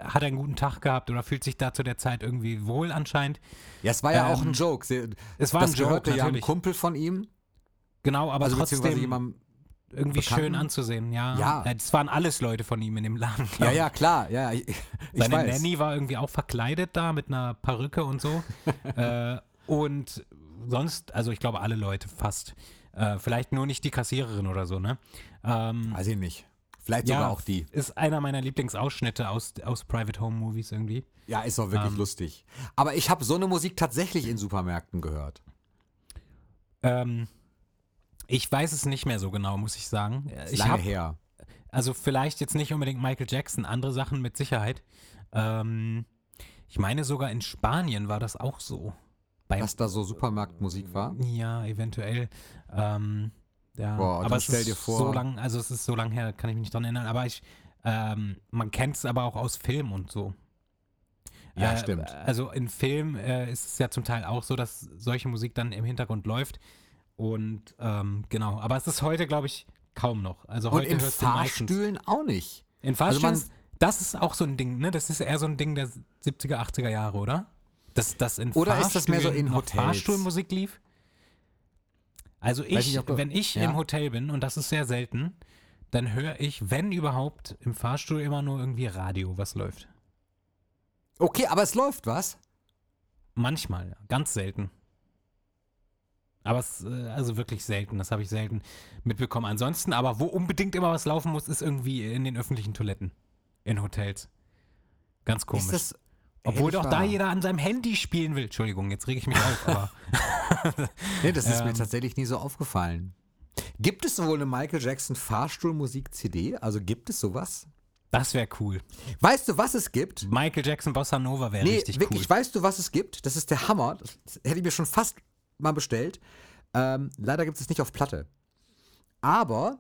Speaker 3: hat er einen guten Tag gehabt oder fühlt sich da zu der Zeit irgendwie wohl anscheinend.
Speaker 2: Ja, es war ja auch
Speaker 3: Ähm,
Speaker 2: ein Joke. Sie-
Speaker 3: es war
Speaker 2: das
Speaker 3: ein Joke,
Speaker 2: gehörte ja einem
Speaker 3: natürlich.
Speaker 2: Kumpel von ihm,
Speaker 3: Genau, aber
Speaker 2: also beziehungsweise
Speaker 3: trotzdem
Speaker 2: jemandem
Speaker 3: irgendwie schön
Speaker 2: Bekannten?
Speaker 3: anzusehen, ja.
Speaker 2: Ja.
Speaker 3: Es waren alles Leute von ihm in dem Laden. glaub
Speaker 2: Ja,
Speaker 3: ich.
Speaker 2: ja, klar. Ja, ich, ich
Speaker 3: Seine
Speaker 2: weiß.
Speaker 3: Nanny war irgendwie auch verkleidet da mit einer Perücke und so. äh, und sonst, also ich glaube alle Leute fast. Äh, vielleicht nur nicht die Kassiererin oder so, ne? Ähm,
Speaker 2: Weiß ich nicht. Vielleicht sogar auch die.
Speaker 3: Ist einer meiner Lieblingsausschnitte aus, aus Private Home Movies irgendwie.
Speaker 2: Ja, ist doch wirklich lustig. Ähm, Aber ich habe so eine Musik tatsächlich in Supermärkten gehört.
Speaker 3: Ähm, ich weiß es nicht mehr so genau, muss ich sagen.
Speaker 2: Ist
Speaker 3: Ich
Speaker 2: lange
Speaker 3: hab,
Speaker 2: her.
Speaker 3: also vielleicht jetzt nicht unbedingt Michael Jackson, andere Sachen mit Sicherheit. Ähm, ich meine sogar in Spanien war das auch so. Beim
Speaker 2: Dass da so Supermarktmusik war.
Speaker 3: Ja, eventuell. Ähm, ja.
Speaker 2: Boah, dann
Speaker 3: aber es
Speaker 2: stell
Speaker 3: ist
Speaker 2: dir vor-
Speaker 3: so lang, also es ist so lang her, kann ich mich nicht dran erinnern. Aber ich, ähm, man kennt es aber auch aus Film und so.
Speaker 2: Ja,
Speaker 3: äh,
Speaker 2: stimmt.
Speaker 3: Also in Film äh, ist es ja zum Teil auch so, dass solche Musik dann im Hintergrund läuft Und ähm, genau, aber es ist heute, glaube ich, kaum noch. Also
Speaker 2: Und
Speaker 3: heute
Speaker 2: in
Speaker 3: hörst du meistens.
Speaker 2: Fahrstühlen auch nicht.
Speaker 3: In
Speaker 2: Also
Speaker 3: Fahrstühlen,
Speaker 2: man-
Speaker 3: ist- das ist auch so ein Ding, ne? Das ist eher so ein Ding der 70er, 80er Jahre, oder? Dass das in
Speaker 2: Oder ist das mehr so
Speaker 3: Fahrstühlen
Speaker 2: in
Speaker 3: noch
Speaker 2: Hotels?
Speaker 3: Fahrstuhlmusik lief? Also
Speaker 2: Weiß
Speaker 3: ich,
Speaker 2: nicht, ob du-
Speaker 3: wenn ich
Speaker 2: Ja.
Speaker 3: im Hotel bin, und das ist sehr selten, dann höre ich, wenn überhaupt, im Fahrstuhl immer nur irgendwie Radio, was läuft.
Speaker 2: Okay, aber es läuft was.
Speaker 3: Manchmal, ja. ganz selten. Aber es, äh, also wirklich selten, das habe ich selten mitbekommen. Ansonsten, aber wo unbedingt immer was laufen muss, ist irgendwie in den öffentlichen Toiletten. In Hotels. Ganz komisch.
Speaker 2: Ist das Ehrlich
Speaker 3: Obwohl doch da
Speaker 2: wahr?
Speaker 3: jeder an seinem Handy spielen will. Entschuldigung, jetzt rege ich mich auf, aber
Speaker 2: Nee, das ist mir
Speaker 3: Ähm.
Speaker 2: tatsächlich nie so aufgefallen. Gibt es sowohl eine Michael Jackson Fahrstuhlmusik-CD? Also gibt es sowas?
Speaker 3: das wäre cool.
Speaker 2: Weißt du, was es gibt?
Speaker 3: Michael Jackson Bossa Nova wäre
Speaker 2: Nee,
Speaker 3: richtig
Speaker 2: wirklich,
Speaker 3: cool.
Speaker 2: weißt du, was es gibt? Das ist der Hammer. Das hätte ich mir schon fast mal bestellt. Ähm, leider gibt es es nicht auf Platte. Aber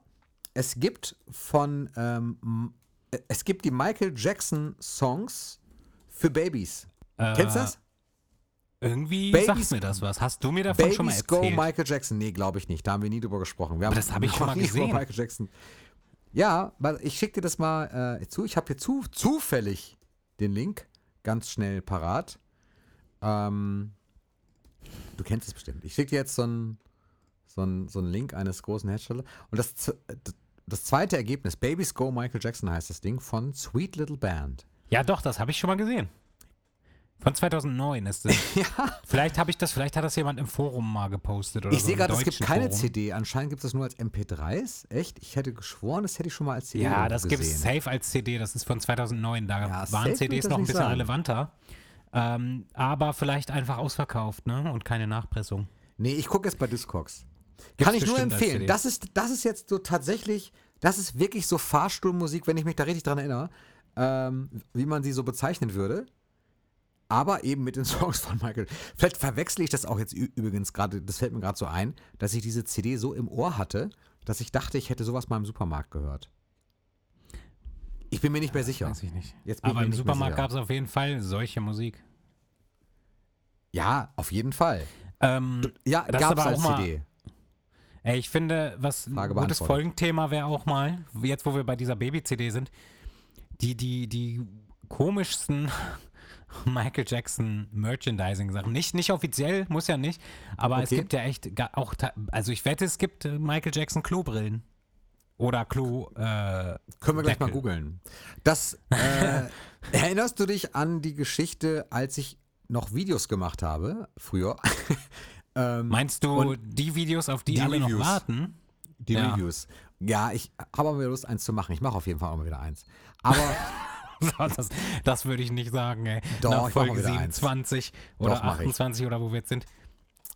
Speaker 2: es gibt von ähm, m- äh, es gibt die Michael Jackson Songs für Babys. Kennst du
Speaker 3: Äh,
Speaker 2: das?
Speaker 3: Irgendwie
Speaker 2: Babys-
Speaker 3: sagt mir das was. Hast du mir davon schon mal
Speaker 2: Babys Go
Speaker 3: erzählt?
Speaker 2: Michael Jackson. Nee, glaube ich nicht. Da haben wir nie drüber gesprochen. Wir haben
Speaker 3: das habe ich
Speaker 2: noch
Speaker 3: schon mal
Speaker 2: nie über
Speaker 3: gesehen.
Speaker 2: Michael Jackson. Ja, weil ich schicke dir das mal äh, zu. Ich habe hier zu, zufällig den Link ganz schnell parat. Ähm, du kennst es bestimmt. Ich schicke dir jetzt so einen so einen- so einen Link eines großen Herstellers. Und das, z- äh, das zweite Ergebnis, Babies Go Michael Jackson heißt das Ding, von Sweet Little Band.
Speaker 3: Ja, doch, das habe ich schon mal gesehen. Von 2009 ist es. Vielleicht habe ich das, vielleicht hat das jemand im Forum mal gepostet oder
Speaker 2: Ich
Speaker 3: so,
Speaker 2: sehe
Speaker 3: im
Speaker 2: gerade, es gibt
Speaker 3: deutschen
Speaker 2: keine
Speaker 3: Forum.
Speaker 2: CD. Anscheinend gibt es das nur als MP3s. Echt? Ich hätte geschworen, das hätte ich schon mal als CD
Speaker 3: Ja,
Speaker 2: irgendwo
Speaker 3: das gibt es safe als CD, das ist von 2009, da
Speaker 2: Ja, safe
Speaker 3: waren
Speaker 2: will
Speaker 3: CDs
Speaker 2: das
Speaker 3: noch ein
Speaker 2: nicht
Speaker 3: bisschen
Speaker 2: sagen.
Speaker 3: relevanter. Ähm, aber vielleicht einfach ausverkauft, ne? Und keine Nachpressung.
Speaker 2: Nee, ich gucke jetzt bei Discogs.
Speaker 3: Gibt's
Speaker 2: Kann ich nur
Speaker 3: bestimmt als CD.
Speaker 2: empfehlen. Das ist, das ist jetzt so tatsächlich, das ist wirklich so Fahrstuhlmusik, wenn ich mich da richtig dran erinnere, ähm, wie man sie so bezeichnen würde. Aber eben mit den Songs von Michael. Vielleicht verwechsel ich das auch jetzt ü- übrigens gerade, das fällt mir gerade so ein, dass ich diese CD so im Ohr hatte, dass ich dachte, ich hätte sowas mal im Supermarkt gehört. Ich bin mir nicht mehr sicher.
Speaker 3: Ah, Weiß ich nicht.
Speaker 2: Jetzt bin ich
Speaker 3: aber
Speaker 2: mir
Speaker 3: im
Speaker 2: nicht mehr
Speaker 3: Supermarkt
Speaker 2: sicher.
Speaker 3: gab es auf jeden Fall solche Musik.
Speaker 2: Ja, auf jeden Fall.
Speaker 3: Ähm,
Speaker 2: Ja,
Speaker 3: Das ist
Speaker 2: gab es
Speaker 3: aber
Speaker 2: als
Speaker 3: auch mal-
Speaker 2: CD.
Speaker 3: ey, ich finde, was ein
Speaker 2: Frage
Speaker 3: gutes
Speaker 2: beantwortet.
Speaker 3: Folgenthema wäre auch mal, jetzt wo wir bei dieser Baby-CD sind, die, die, die komischsten Michael Jackson Merchandising-Sachen. Nicht, nicht offiziell, muss ja nicht, aber es
Speaker 2: Okay.
Speaker 3: gibt ja echt ga- auch, ta- also ich wette, es gibt äh, Michael Jackson Klobrillen. Oder Klo, äh,
Speaker 2: Können wir gleich mal
Speaker 3: Deckel.
Speaker 2: googeln. Das äh, erinnerst du dich an die Geschichte, als ich noch Videos gemacht habe früher?
Speaker 3: meinst du die Videos, auf
Speaker 2: Ähm,
Speaker 3: die,
Speaker 2: die
Speaker 3: alle
Speaker 2: Reviews.
Speaker 3: noch warten?
Speaker 2: Die
Speaker 3: Ja.
Speaker 2: Reviews. Ja, ich habe aber wieder Lust, eins zu machen. Ich mache auf jeden Fall auch mal wieder eins. Aber
Speaker 3: Das, das würde ich nicht sagen, ey.
Speaker 2: Doch, ich mach
Speaker 3: Nach
Speaker 2: mal
Speaker 3: Folge
Speaker 2: wieder eins.
Speaker 3: 27 oder
Speaker 2: Doch, mach ich.
Speaker 3: 28 oder wo wir jetzt sind.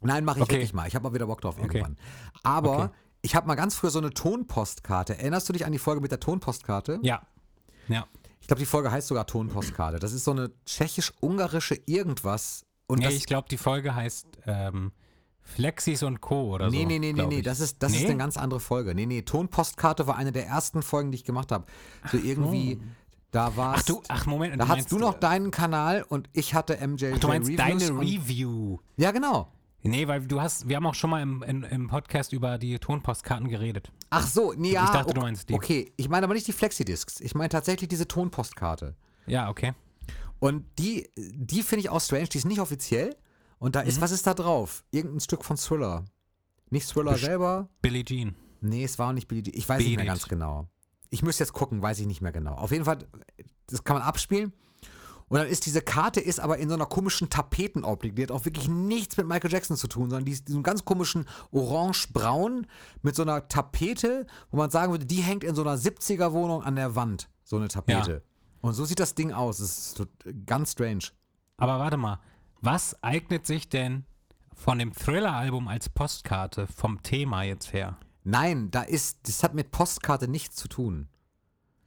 Speaker 2: nein, mache ich
Speaker 3: Okay.
Speaker 2: wirklich mal. Ich habe mal wieder Bock drauf irgendwann. Aber
Speaker 3: Okay.
Speaker 2: ich habe mal ganz früher so eine Tonpostkarte. Erinnerst du dich an die Folge mit der Tonpostkarte?
Speaker 3: Ja. Ja.
Speaker 2: Ich glaube, die Folge heißt sogar Tonpostkarte. Das ist so eine tschechisch-ungarische irgendwas. Und
Speaker 3: Nee,
Speaker 2: das
Speaker 3: ich glaube, die Folge heißt ähm, Flexis und Co. oder so.
Speaker 2: Nee, nee, nee, nee,
Speaker 3: Also, glaub
Speaker 2: nee,
Speaker 3: ich.
Speaker 2: das ist, das
Speaker 3: Nee?
Speaker 2: ist eine ganz andere Folge. Nee, nee, Tonpostkarte war eine der ersten Folgen, die ich gemacht habe. So irgendwie, da war
Speaker 3: Ach du, ach Moment,
Speaker 2: da
Speaker 3: du
Speaker 2: hattest
Speaker 3: meinst,
Speaker 2: du noch
Speaker 3: äh,
Speaker 2: deinen Kanal und ich hatte MJ
Speaker 3: Ach, du meinst
Speaker 2: Reviews
Speaker 3: deine
Speaker 2: und-
Speaker 3: Review.
Speaker 2: Ja, genau.
Speaker 3: Nee, weil du hast, wir haben auch schon mal im, in, im Podcast über die Tonpostkarten geredet.
Speaker 2: Ach so, nee, ja.
Speaker 3: dachte,
Speaker 2: okay,
Speaker 3: du meinst die.
Speaker 2: Okay, ich meine aber nicht die Flexidiscs. Ich meine tatsächlich diese Tonpostkarte.
Speaker 3: Ja, okay.
Speaker 2: Und die, die finde ich auch strange. Die ist nicht offiziell. Und da
Speaker 3: Mhm.
Speaker 2: ist, was ist da drauf? Irgendein Stück von Thriller. Nicht Thriller
Speaker 3: Best-
Speaker 2: selber.
Speaker 3: Billie Jean.
Speaker 2: Nee, es war auch nicht Billie Jean. Ich weiß nicht mehr
Speaker 3: Beat.
Speaker 2: ganz genau. Ich müsste jetzt gucken, weiß ich nicht mehr genau. Auf jeden Fall, das kann man abspielen. Und dann ist diese Karte ist aber in so einer komischen Tapetenoptik. Die hat auch wirklich nichts mit Michael Jackson zu tun, sondern die ist diesem ganz komischen Orange-Braun mit so einer Tapete, wo man sagen würde, die hängt in so einer 70er-Wohnung an der Wand. So eine Tapete. Und so sieht das Ding aus. Das ist tot- ganz strange.
Speaker 3: Aber warte mal, was eignet sich denn von dem Thriller-Album als Postkarte vom Thema jetzt her?
Speaker 2: Nein, da ist, das hat mit Postkarte nichts zu tun.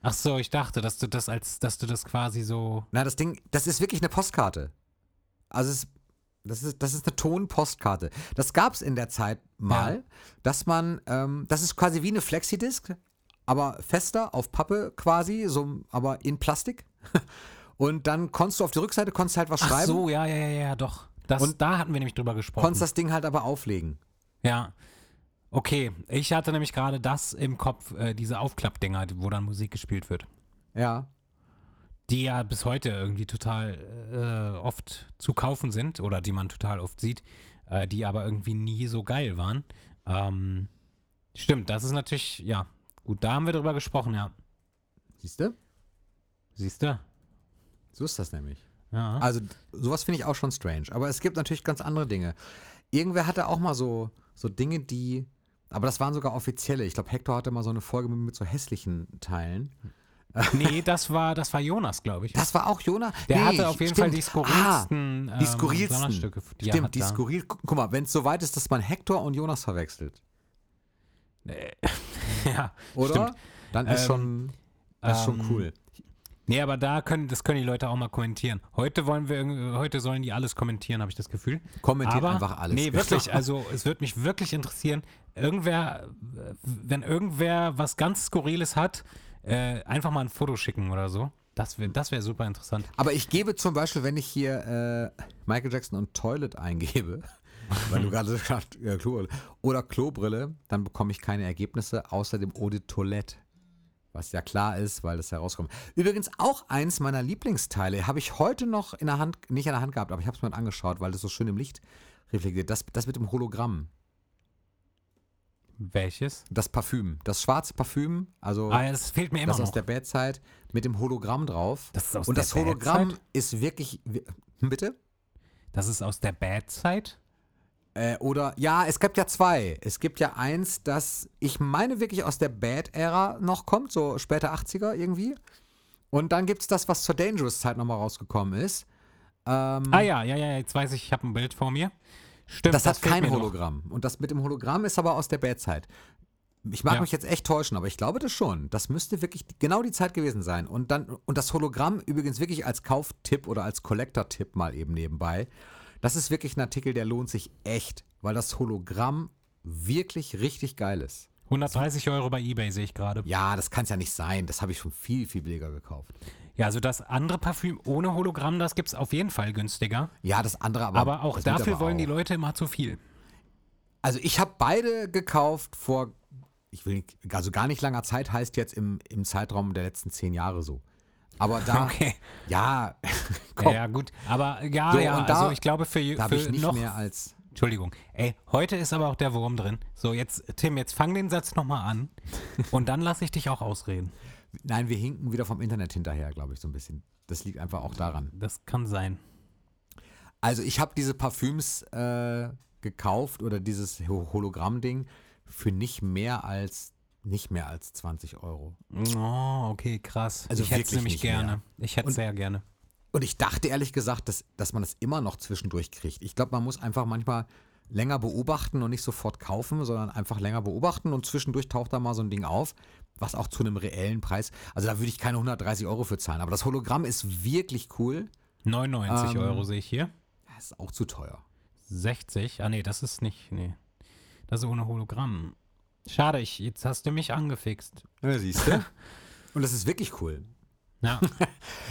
Speaker 3: Ach so, ich dachte, dass du das als, dass du das quasi so.
Speaker 2: Na, das Ding, das ist wirklich eine Postkarte. Also es, das ist, das ist eine Tonpostkarte. Das gab es in der Zeit mal,
Speaker 3: Ja.
Speaker 2: dass man, ähm, das ist quasi wie eine Flexidisc, aber fester auf Pappe quasi, so, aber in Plastik. Und dann konntest du auf die Rückseite konntest halt was
Speaker 3: Ach
Speaker 2: schreiben,
Speaker 3: so, ja, ja, ja, ja, doch. Das,
Speaker 2: Und-
Speaker 3: da hatten wir nämlich drüber gesprochen.
Speaker 2: konntest das Ding halt aber auflegen.
Speaker 3: Ja. Okay, ich hatte nämlich gerade das im Kopf, äh, diese Aufklappdinger, die- wo dann Musik gespielt wird.
Speaker 2: Ja.
Speaker 3: Die ja bis heute irgendwie total äh, oft zu kaufen sind oder die man total oft sieht, äh, die aber irgendwie nie so geil waren. Ähm, stimmt, das ist natürlich, ja, gut, da haben wir drüber gesprochen, ja.
Speaker 2: Siehst du?
Speaker 3: Siehst du?
Speaker 2: So ist das nämlich.
Speaker 3: Ja.
Speaker 2: Also sowas finde ich auch schon strange. Aber es gibt natürlich ganz andere Dinge. Irgendwer hatte auch mal so, so Dinge, die, aber das waren sogar offizielle. Ich glaube, Hector hatte mal so eine Folge mit, mit so hässlichen Teilen.
Speaker 3: Nee, das war, das war Jonas, glaube ich.
Speaker 2: Das war auch Jonah.
Speaker 3: Der
Speaker 2: Nee,
Speaker 3: hatte auf jeden
Speaker 2: stimmt.
Speaker 3: Fall die skurrilsten,
Speaker 2: Ah,
Speaker 3: ähm,
Speaker 2: die skurrilsten.
Speaker 3: Sonderstücke, die er
Speaker 2: stimmt,
Speaker 3: hat
Speaker 2: die
Speaker 3: da.
Speaker 2: skurril. Gu- Guck mal, wenn es so weit ist, dass man Hector und Jonas verwechselt,
Speaker 3: ja,
Speaker 2: oder?
Speaker 3: stimmt.
Speaker 2: Dann ist
Speaker 3: Ähm,
Speaker 2: schon, das ist schon cool.
Speaker 3: Nee, aber da können, das können die Leute auch mal kommentieren. Heute wollen wir, irgend- heute sollen die alles kommentieren, habe ich das Gefühl.
Speaker 2: Kommentiert
Speaker 3: aber,
Speaker 2: einfach alles. genau.
Speaker 3: Nee, wirklich. Also es würde mich wirklich interessieren, irgendwer, äh, wenn irgendwer was ganz Skurriles hat, äh, einfach mal ein Foto schicken oder so. Das wäre das wär super interessant.
Speaker 2: Aber ich gebe zum Beispiel, wenn ich hier äh, Michael Jackson und Toilet eingebe, weil du gerade gesagt hast, ja, Klo, oder Klobrille, dann bekomme ich keine Ergebnisse außer dem Eau de Toilette. Was ja klar ist, weil das herauskommt. Übrigens auch eins meiner Lieblingsteile habe ich heute noch in der Hand, nicht in der Hand gehabt, aber ich habe es mir angeschaut, weil das so schön im Licht reflektiert. Das, das mit dem Hologramm,
Speaker 3: Welches?
Speaker 2: das Parfüm, das schwarze Parfüm, also
Speaker 3: Ah, es fehlt mir immer
Speaker 2: das
Speaker 3: noch.
Speaker 2: aus der Badzeit mit dem Hologramm drauf.
Speaker 3: Das ist aus
Speaker 2: Und
Speaker 3: der
Speaker 2: das Hologramm
Speaker 3: Badzeit?
Speaker 2: ist wirklich, wi- Hm, bitte?
Speaker 3: das ist aus der Bad-Zeit.
Speaker 2: Äh, oder, ja, es gibt ja zwei. Es gibt ja eins, das, ich meine, wirklich aus der Bad-Ära noch kommt, so später 80er irgendwie. Und dann gibt es das, was zur Dangerous-Zeit nochmal rausgekommen ist. Ähm,
Speaker 3: Ah ja, ja, ja, jetzt weiß ich, ich habe ein Bild vor mir. Stimmt.
Speaker 2: das, hat
Speaker 3: fehlt mir
Speaker 2: kein
Speaker 3: noch.
Speaker 2: Hologramm. Und das mit dem Hologramm ist aber aus der Bad-Zeit. Ich mag
Speaker 3: Ja.
Speaker 2: mich jetzt echt täuschen, aber ich glaube das schon. Das müsste wirklich genau die Zeit gewesen sein. Und dann und das Hologramm übrigens wirklich als Kauftipp oder als Collector-Tipp mal eben nebenbei. Das ist wirklich ein Artikel, der lohnt sich echt, weil das Hologramm wirklich richtig geil ist.
Speaker 3: 130 Euro bei Ebay sehe ich gerade.
Speaker 2: Ja, das kann es ja nicht sein. Das habe ich schon viel, viel billiger gekauft.
Speaker 3: Ja, also das andere Parfüm ohne Hologramm, das gibt es auf jeden Fall günstiger.
Speaker 2: Ja, das andere aber.
Speaker 3: Aber auch
Speaker 2: das liegt
Speaker 3: dafür
Speaker 2: aber
Speaker 3: wollen die
Speaker 2: auch.
Speaker 3: Leute immer zu viel.
Speaker 2: Also ich habe beide gekauft vor, ich will nicht, also gar nicht langer Zeit heißt jetzt im, im Zeitraum der letzten zehn Jahre so. Aber da,
Speaker 3: Okay.
Speaker 2: ja,
Speaker 3: Ja,
Speaker 2: komm,
Speaker 3: ja, gut. Aber ja,
Speaker 2: So,
Speaker 3: ja,
Speaker 2: und da-
Speaker 3: also ich glaube für,
Speaker 2: da
Speaker 3: für
Speaker 2: habe ich nicht
Speaker 3: noch.
Speaker 2: mehr als,
Speaker 3: Entschuldigung. Ey, heute ist aber auch der Wurm drin. So, jetzt, Tim, jetzt fang den Satz nochmal an. und dann lasse ich dich auch ausreden.
Speaker 2: nein, wir hinken wieder vom Internet hinterher, glaube ich, so ein bisschen. Das liegt einfach auch daran.
Speaker 3: Das kann sein.
Speaker 2: Also ich habe diese Parfüms äh, gekauft oder dieses Ho- Hologramm-Ding für nicht mehr als, nicht mehr als 20 Euro.
Speaker 3: Oh, okay, krass.
Speaker 2: Also
Speaker 3: ich hätte
Speaker 2: wirklich
Speaker 3: es nämlich
Speaker 2: nicht mehr.
Speaker 3: gerne. Ich hätte es sehr gerne.
Speaker 2: Und ich dachte ehrlich gesagt, dass, dass man das immer noch zwischendurch kriegt. Ich glaube, man muss einfach manchmal länger beobachten und nicht sofort kaufen, sondern einfach länger beobachten und zwischendurch taucht da mal so ein Ding auf, was auch zu einem reellen Preis, also da würde ich keine 130 Euro für zahlen, aber das Hologramm ist wirklich cool,
Speaker 3: 99
Speaker 2: Ähm,
Speaker 3: Euro sehe ich hier.
Speaker 2: das ist auch zu teuer.
Speaker 3: 60. Ah, nee, das ist nicht. Nee. Das ist ohne Hologramm. Schade, ich, jetzt hast du mich angefixt.
Speaker 2: Ja, siehst du. und das ist wirklich cool.
Speaker 3: Ja,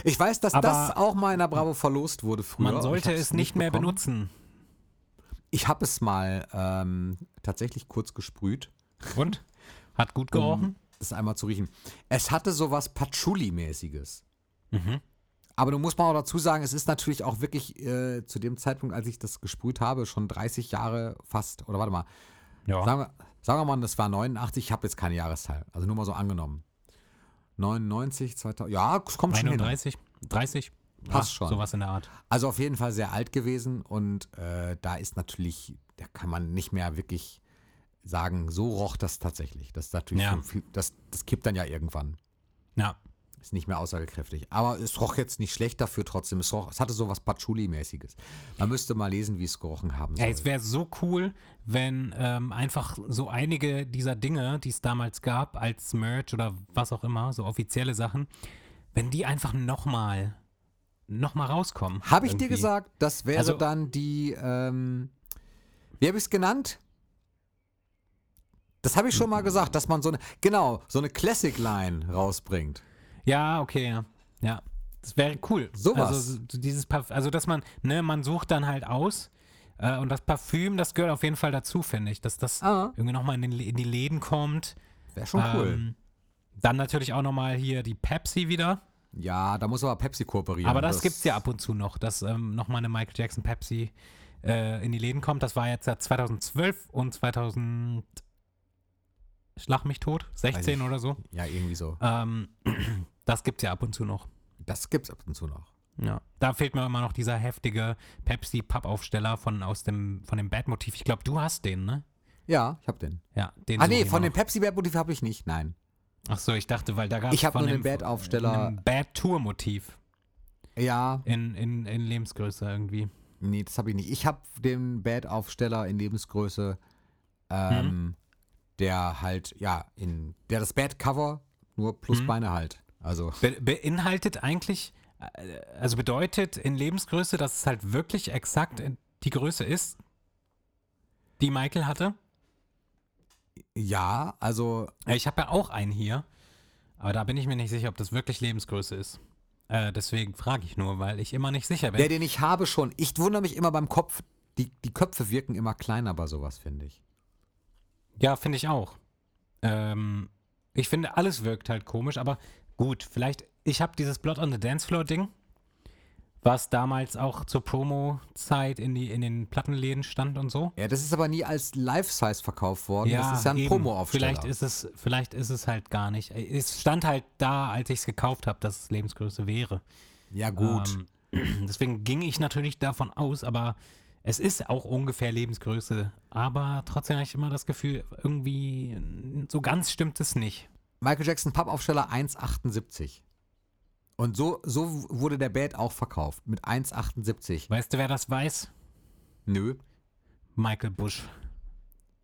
Speaker 2: Ich weiß, dass
Speaker 3: Aber
Speaker 2: das auch mal in der Bravo verlost wurde früher.
Speaker 3: man
Speaker 2: und ich
Speaker 3: sollte
Speaker 2: hab's
Speaker 3: es nicht mehr
Speaker 2: bekommen.
Speaker 3: benutzen.
Speaker 2: Ich habe es mal ähm, tatsächlich kurz gesprüht.
Speaker 3: Und? Hat gut gerochen?
Speaker 2: das einmal zu riechen. Es hatte sowas Patchouli-mäßiges.
Speaker 3: Mhm.
Speaker 2: Aber du musst mal auch dazu sagen, es ist natürlich auch wirklich äh, zu dem Zeitpunkt, als ich das gesprüht habe, schon 30 Jahre fast, oder warte mal,
Speaker 3: Ja.
Speaker 2: sagen wir, sagen wir mal, das war 89, ich habe jetzt keine Jahreszahl, also nur mal so angenommen. 99, 2000, ja, es kommt schon hin.
Speaker 3: 31, 30.
Speaker 2: Passt
Speaker 3: Ah,
Speaker 2: schon.
Speaker 3: Sowas in der Art.
Speaker 2: Also auf jeden Fall sehr alt gewesen und äh, da ist natürlich, da kann man nicht mehr wirklich sagen, so roch das tatsächlich. Das, ist natürlich
Speaker 3: Ja.
Speaker 2: schon viel, das, das kippt dann ja irgendwann.
Speaker 3: Ja.
Speaker 2: Ist nicht mehr aussagekräftig. Aber es roch jetzt nicht schlecht dafür trotzdem. Es, roch, es hatte so was Patchouli-mäßiges. Man müsste mal lesen, wie es gerochen haben
Speaker 3: Ey,
Speaker 2: soll.
Speaker 3: es wäre so cool, wenn ähm, einfach so einige dieser Dinge, die es damals gab, als Merch oder was auch immer, so offizielle Sachen, wenn die einfach nochmal noch mal rauskommen.
Speaker 2: Habe ich dir
Speaker 3: Irgendwie.
Speaker 2: gesagt, das wäre
Speaker 3: Also-
Speaker 2: dann die, ähm, wie habe ich es genannt? Das habe ich schon mal gesagt, dass man so eine, genau, so eine Classic-Line rausbringt.
Speaker 3: Ja, okay, ja. Ja. Das wäre cool.
Speaker 2: Sowas.
Speaker 3: Also, so dieses Parf also dass man, ne, man sucht dann halt aus Äh, und das Parfüm, das gehört auf jeden Fall dazu, finde ich, dass das
Speaker 2: Ah.
Speaker 3: irgendwie nochmal in, den Lä- in die Läden kommt.
Speaker 2: Wäre schon cool.
Speaker 3: Ähm, dann natürlich auch nochmal hier die Pepsi wieder.
Speaker 2: Ja, da muss aber Pepsi kooperieren.
Speaker 3: Aber das, gibt's ja ab und zu noch, dass ähm, nochmal eine Michael Jackson Pepsi äh, in die Läden kommt. Das war jetzt seit 2012 und 2000. Schlag mich tot, 16
Speaker 2: ich-
Speaker 3: oder so.
Speaker 2: Ja, irgendwie so.
Speaker 3: Ähm, das gibt's ja ab und zu noch.
Speaker 2: Das gibt's ab und zu noch.
Speaker 3: Ja. Da fehlt mir immer noch dieser heftige Pepsi-Pappaufsteller von, aus dem, von dem Bad-Motiv. Ich glaube, du hast den, ne?
Speaker 2: Ja, ich hab den.
Speaker 3: Ja, den
Speaker 2: Ah,
Speaker 3: suche
Speaker 2: nee,
Speaker 3: ich
Speaker 2: von
Speaker 3: noch.
Speaker 2: dem Pepsi-Bad-Motiv habe ich nicht. Nein.
Speaker 3: Ach so, ich dachte, weil da gab
Speaker 2: Ich hab nur den Bad-Aufsteller.
Speaker 3: Bad-Tour-Motiv
Speaker 2: Ja,
Speaker 3: in, in, in Lebensgröße irgendwie.
Speaker 2: nee, das habe ich nicht. Ich habe den Bad-Aufsteller in Lebensgröße, ähm,
Speaker 3: Mhm.
Speaker 2: der halt, ja, in, der das Bad-Cover, nur plus
Speaker 3: Mhm.
Speaker 2: Beine halt. Also,
Speaker 3: Be beinhaltet eigentlich, äh, also bedeutet in Lebensgröße, dass es halt wirklich exakt in- die Größe ist, die Michael hatte.
Speaker 2: ja, also,
Speaker 3: Ja, Äh, Ich habe ja auch einen hier, aber da bin ich mir nicht sicher, ob das wirklich Lebensgröße ist. Äh, deswegen frage ich nur, weil ich immer nicht sicher bin.
Speaker 2: der, den ich habe schon, ich wundere mich immer beim Kopf, die, die Köpfe wirken immer kleiner bei sowas, finde ich.
Speaker 3: Ja, finde ich auch. Ähm, ich finde, alles wirkt halt komisch, aber gut, vielleicht, ich habe dieses Blood on the Dancefloor-Ding, was damals auch zur Promo-Zeit in, die- in den Plattenläden stand und so.
Speaker 2: Ja, das ist aber nie als Life-Size verkauft worden. das ist ja ein
Speaker 3: eben.
Speaker 2: Promo-Aufsteller.
Speaker 3: Vielleicht ist es, vielleicht ist es halt gar nicht. Es stand halt da, als ich es gekauft habe, dass es Lebensgröße wäre.
Speaker 2: Ja, gut.
Speaker 3: Ähm, deswegen ging ich natürlich davon aus, aber es ist auch ungefähr Lebensgröße. Aber trotzdem habe ich immer das Gefühl, irgendwie mm, so ganz stimmt es nicht.
Speaker 2: Michael Jackson Pappaufsteller 1,78. Und so, so wurde der Bad auch verkauft. Mit 1,78.
Speaker 3: Weißt du, wer das weiß?
Speaker 2: Nö,
Speaker 3: Michael Bush.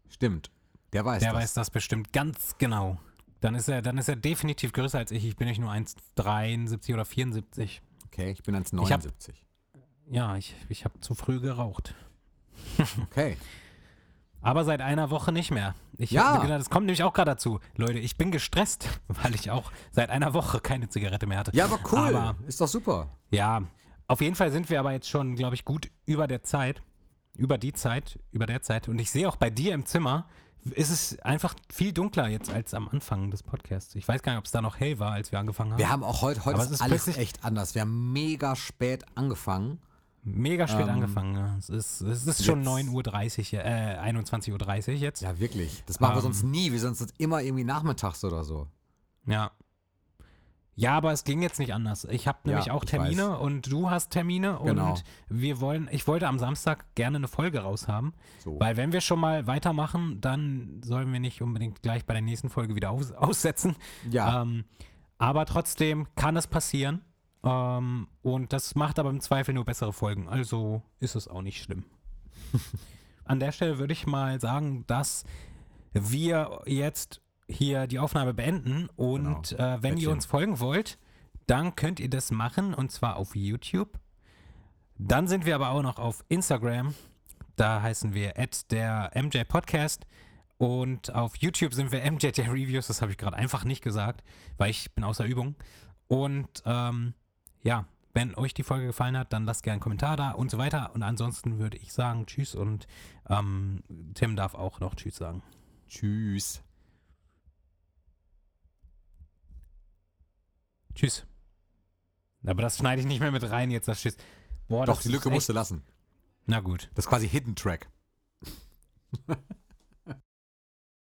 Speaker 2: stimmt. Der weiß
Speaker 3: Der
Speaker 2: das.
Speaker 3: weiß das bestimmt ganz genau. Dann ist er, dann ist er definitiv größer als ich. Ich bin nicht nur 1,73 oder 74.
Speaker 2: Okay, ich bin 1,79.
Speaker 3: Ich hab- Ja, ich, ich habe zu früh geraucht.
Speaker 2: Okay.
Speaker 3: Aber seit einer Woche nicht mehr. Ich
Speaker 2: Ja.
Speaker 3: hab mir gedacht, das kommt nämlich auch gerade dazu. Leute, ich bin gestresst, weil ich auch seit einer Woche keine Zigarette mehr hatte.
Speaker 2: Ja, aber cool.
Speaker 3: Aber
Speaker 2: ist doch super.
Speaker 3: ja, auf jeden Fall sind wir aber jetzt schon, glaube ich, gut über der Zeit. Über die Zeit, über der Zeit. Und ich sehe auch bei dir im Zimmer, ist es einfach viel dunkler jetzt als am Anfang des Podcasts. Ich weiß gar nicht, ob es da noch hell war, als wir angefangen haben.
Speaker 2: Wir haben auch heute, heute
Speaker 3: Aber es
Speaker 2: ist
Speaker 3: ist
Speaker 2: alles
Speaker 3: plötzlich-
Speaker 2: echt anders. Wir haben mega spät angefangen.
Speaker 3: Mega spät angefangen. ja. Es ist, es ist schon
Speaker 2: ähm, jetzt-
Speaker 3: 9.30 Uhr, äh, 21.30 Uhr jetzt.
Speaker 2: Ja, wirklich. Das machen wir
Speaker 3: Ähm.
Speaker 2: sonst nie. Wir sind sonst immer irgendwie nachmittags oder so.
Speaker 3: Ja. Ja, aber es ging jetzt nicht anders. Ich habe
Speaker 2: Ja,
Speaker 3: nämlich auch
Speaker 2: ich
Speaker 3: Termine und du hast Termine
Speaker 2: Genau.
Speaker 3: und wir wollen, ich wollte am Samstag gerne eine Folge raushaben,
Speaker 2: So.
Speaker 3: weil wenn wir schon mal weitermachen, dann sollen wir nicht unbedingt gleich bei der nächsten Folge wieder aus aussetzen.
Speaker 2: Ja.
Speaker 3: Ähm, aber trotzdem kann es passieren ähm, und das macht aber im Zweifel nur bessere Folgen, also ist es auch nicht schlimm. An der Stelle würde ich mal sagen, dass wir jetzt hier die Aufnahme beenden. Und
Speaker 2: Genau.
Speaker 3: äh, wenn ihr
Speaker 2: Bettchen.
Speaker 3: uns folgen wollt, dann könnt ihr das machen und zwar auf YouTube. Dann sind wir aber auch noch auf Instagram. Da heißen wir at der MJ Podcast. Und auf YouTube sind wir MJJ Reviews. Das habe ich gerade einfach nicht gesagt, weil ich bin außer Übung. Und ähm, ja, wenn euch die Folge gefallen hat, dann lasst gerne einen Kommentar da und so weiter. Und ansonsten würde ich sagen Tschüss und ähm, Tim darf auch noch Tschüss sagen.
Speaker 2: Tschüss.
Speaker 3: Tschüss. Aber das schneide ich nicht mehr mit rein jetzt, das Tschüss. Boah,
Speaker 2: Doch,
Speaker 3: das
Speaker 2: die
Speaker 3: ist
Speaker 2: Lücke
Speaker 3: echt-
Speaker 2: musst du lassen.
Speaker 3: Na gut.
Speaker 2: Das ist quasi Hidden Track.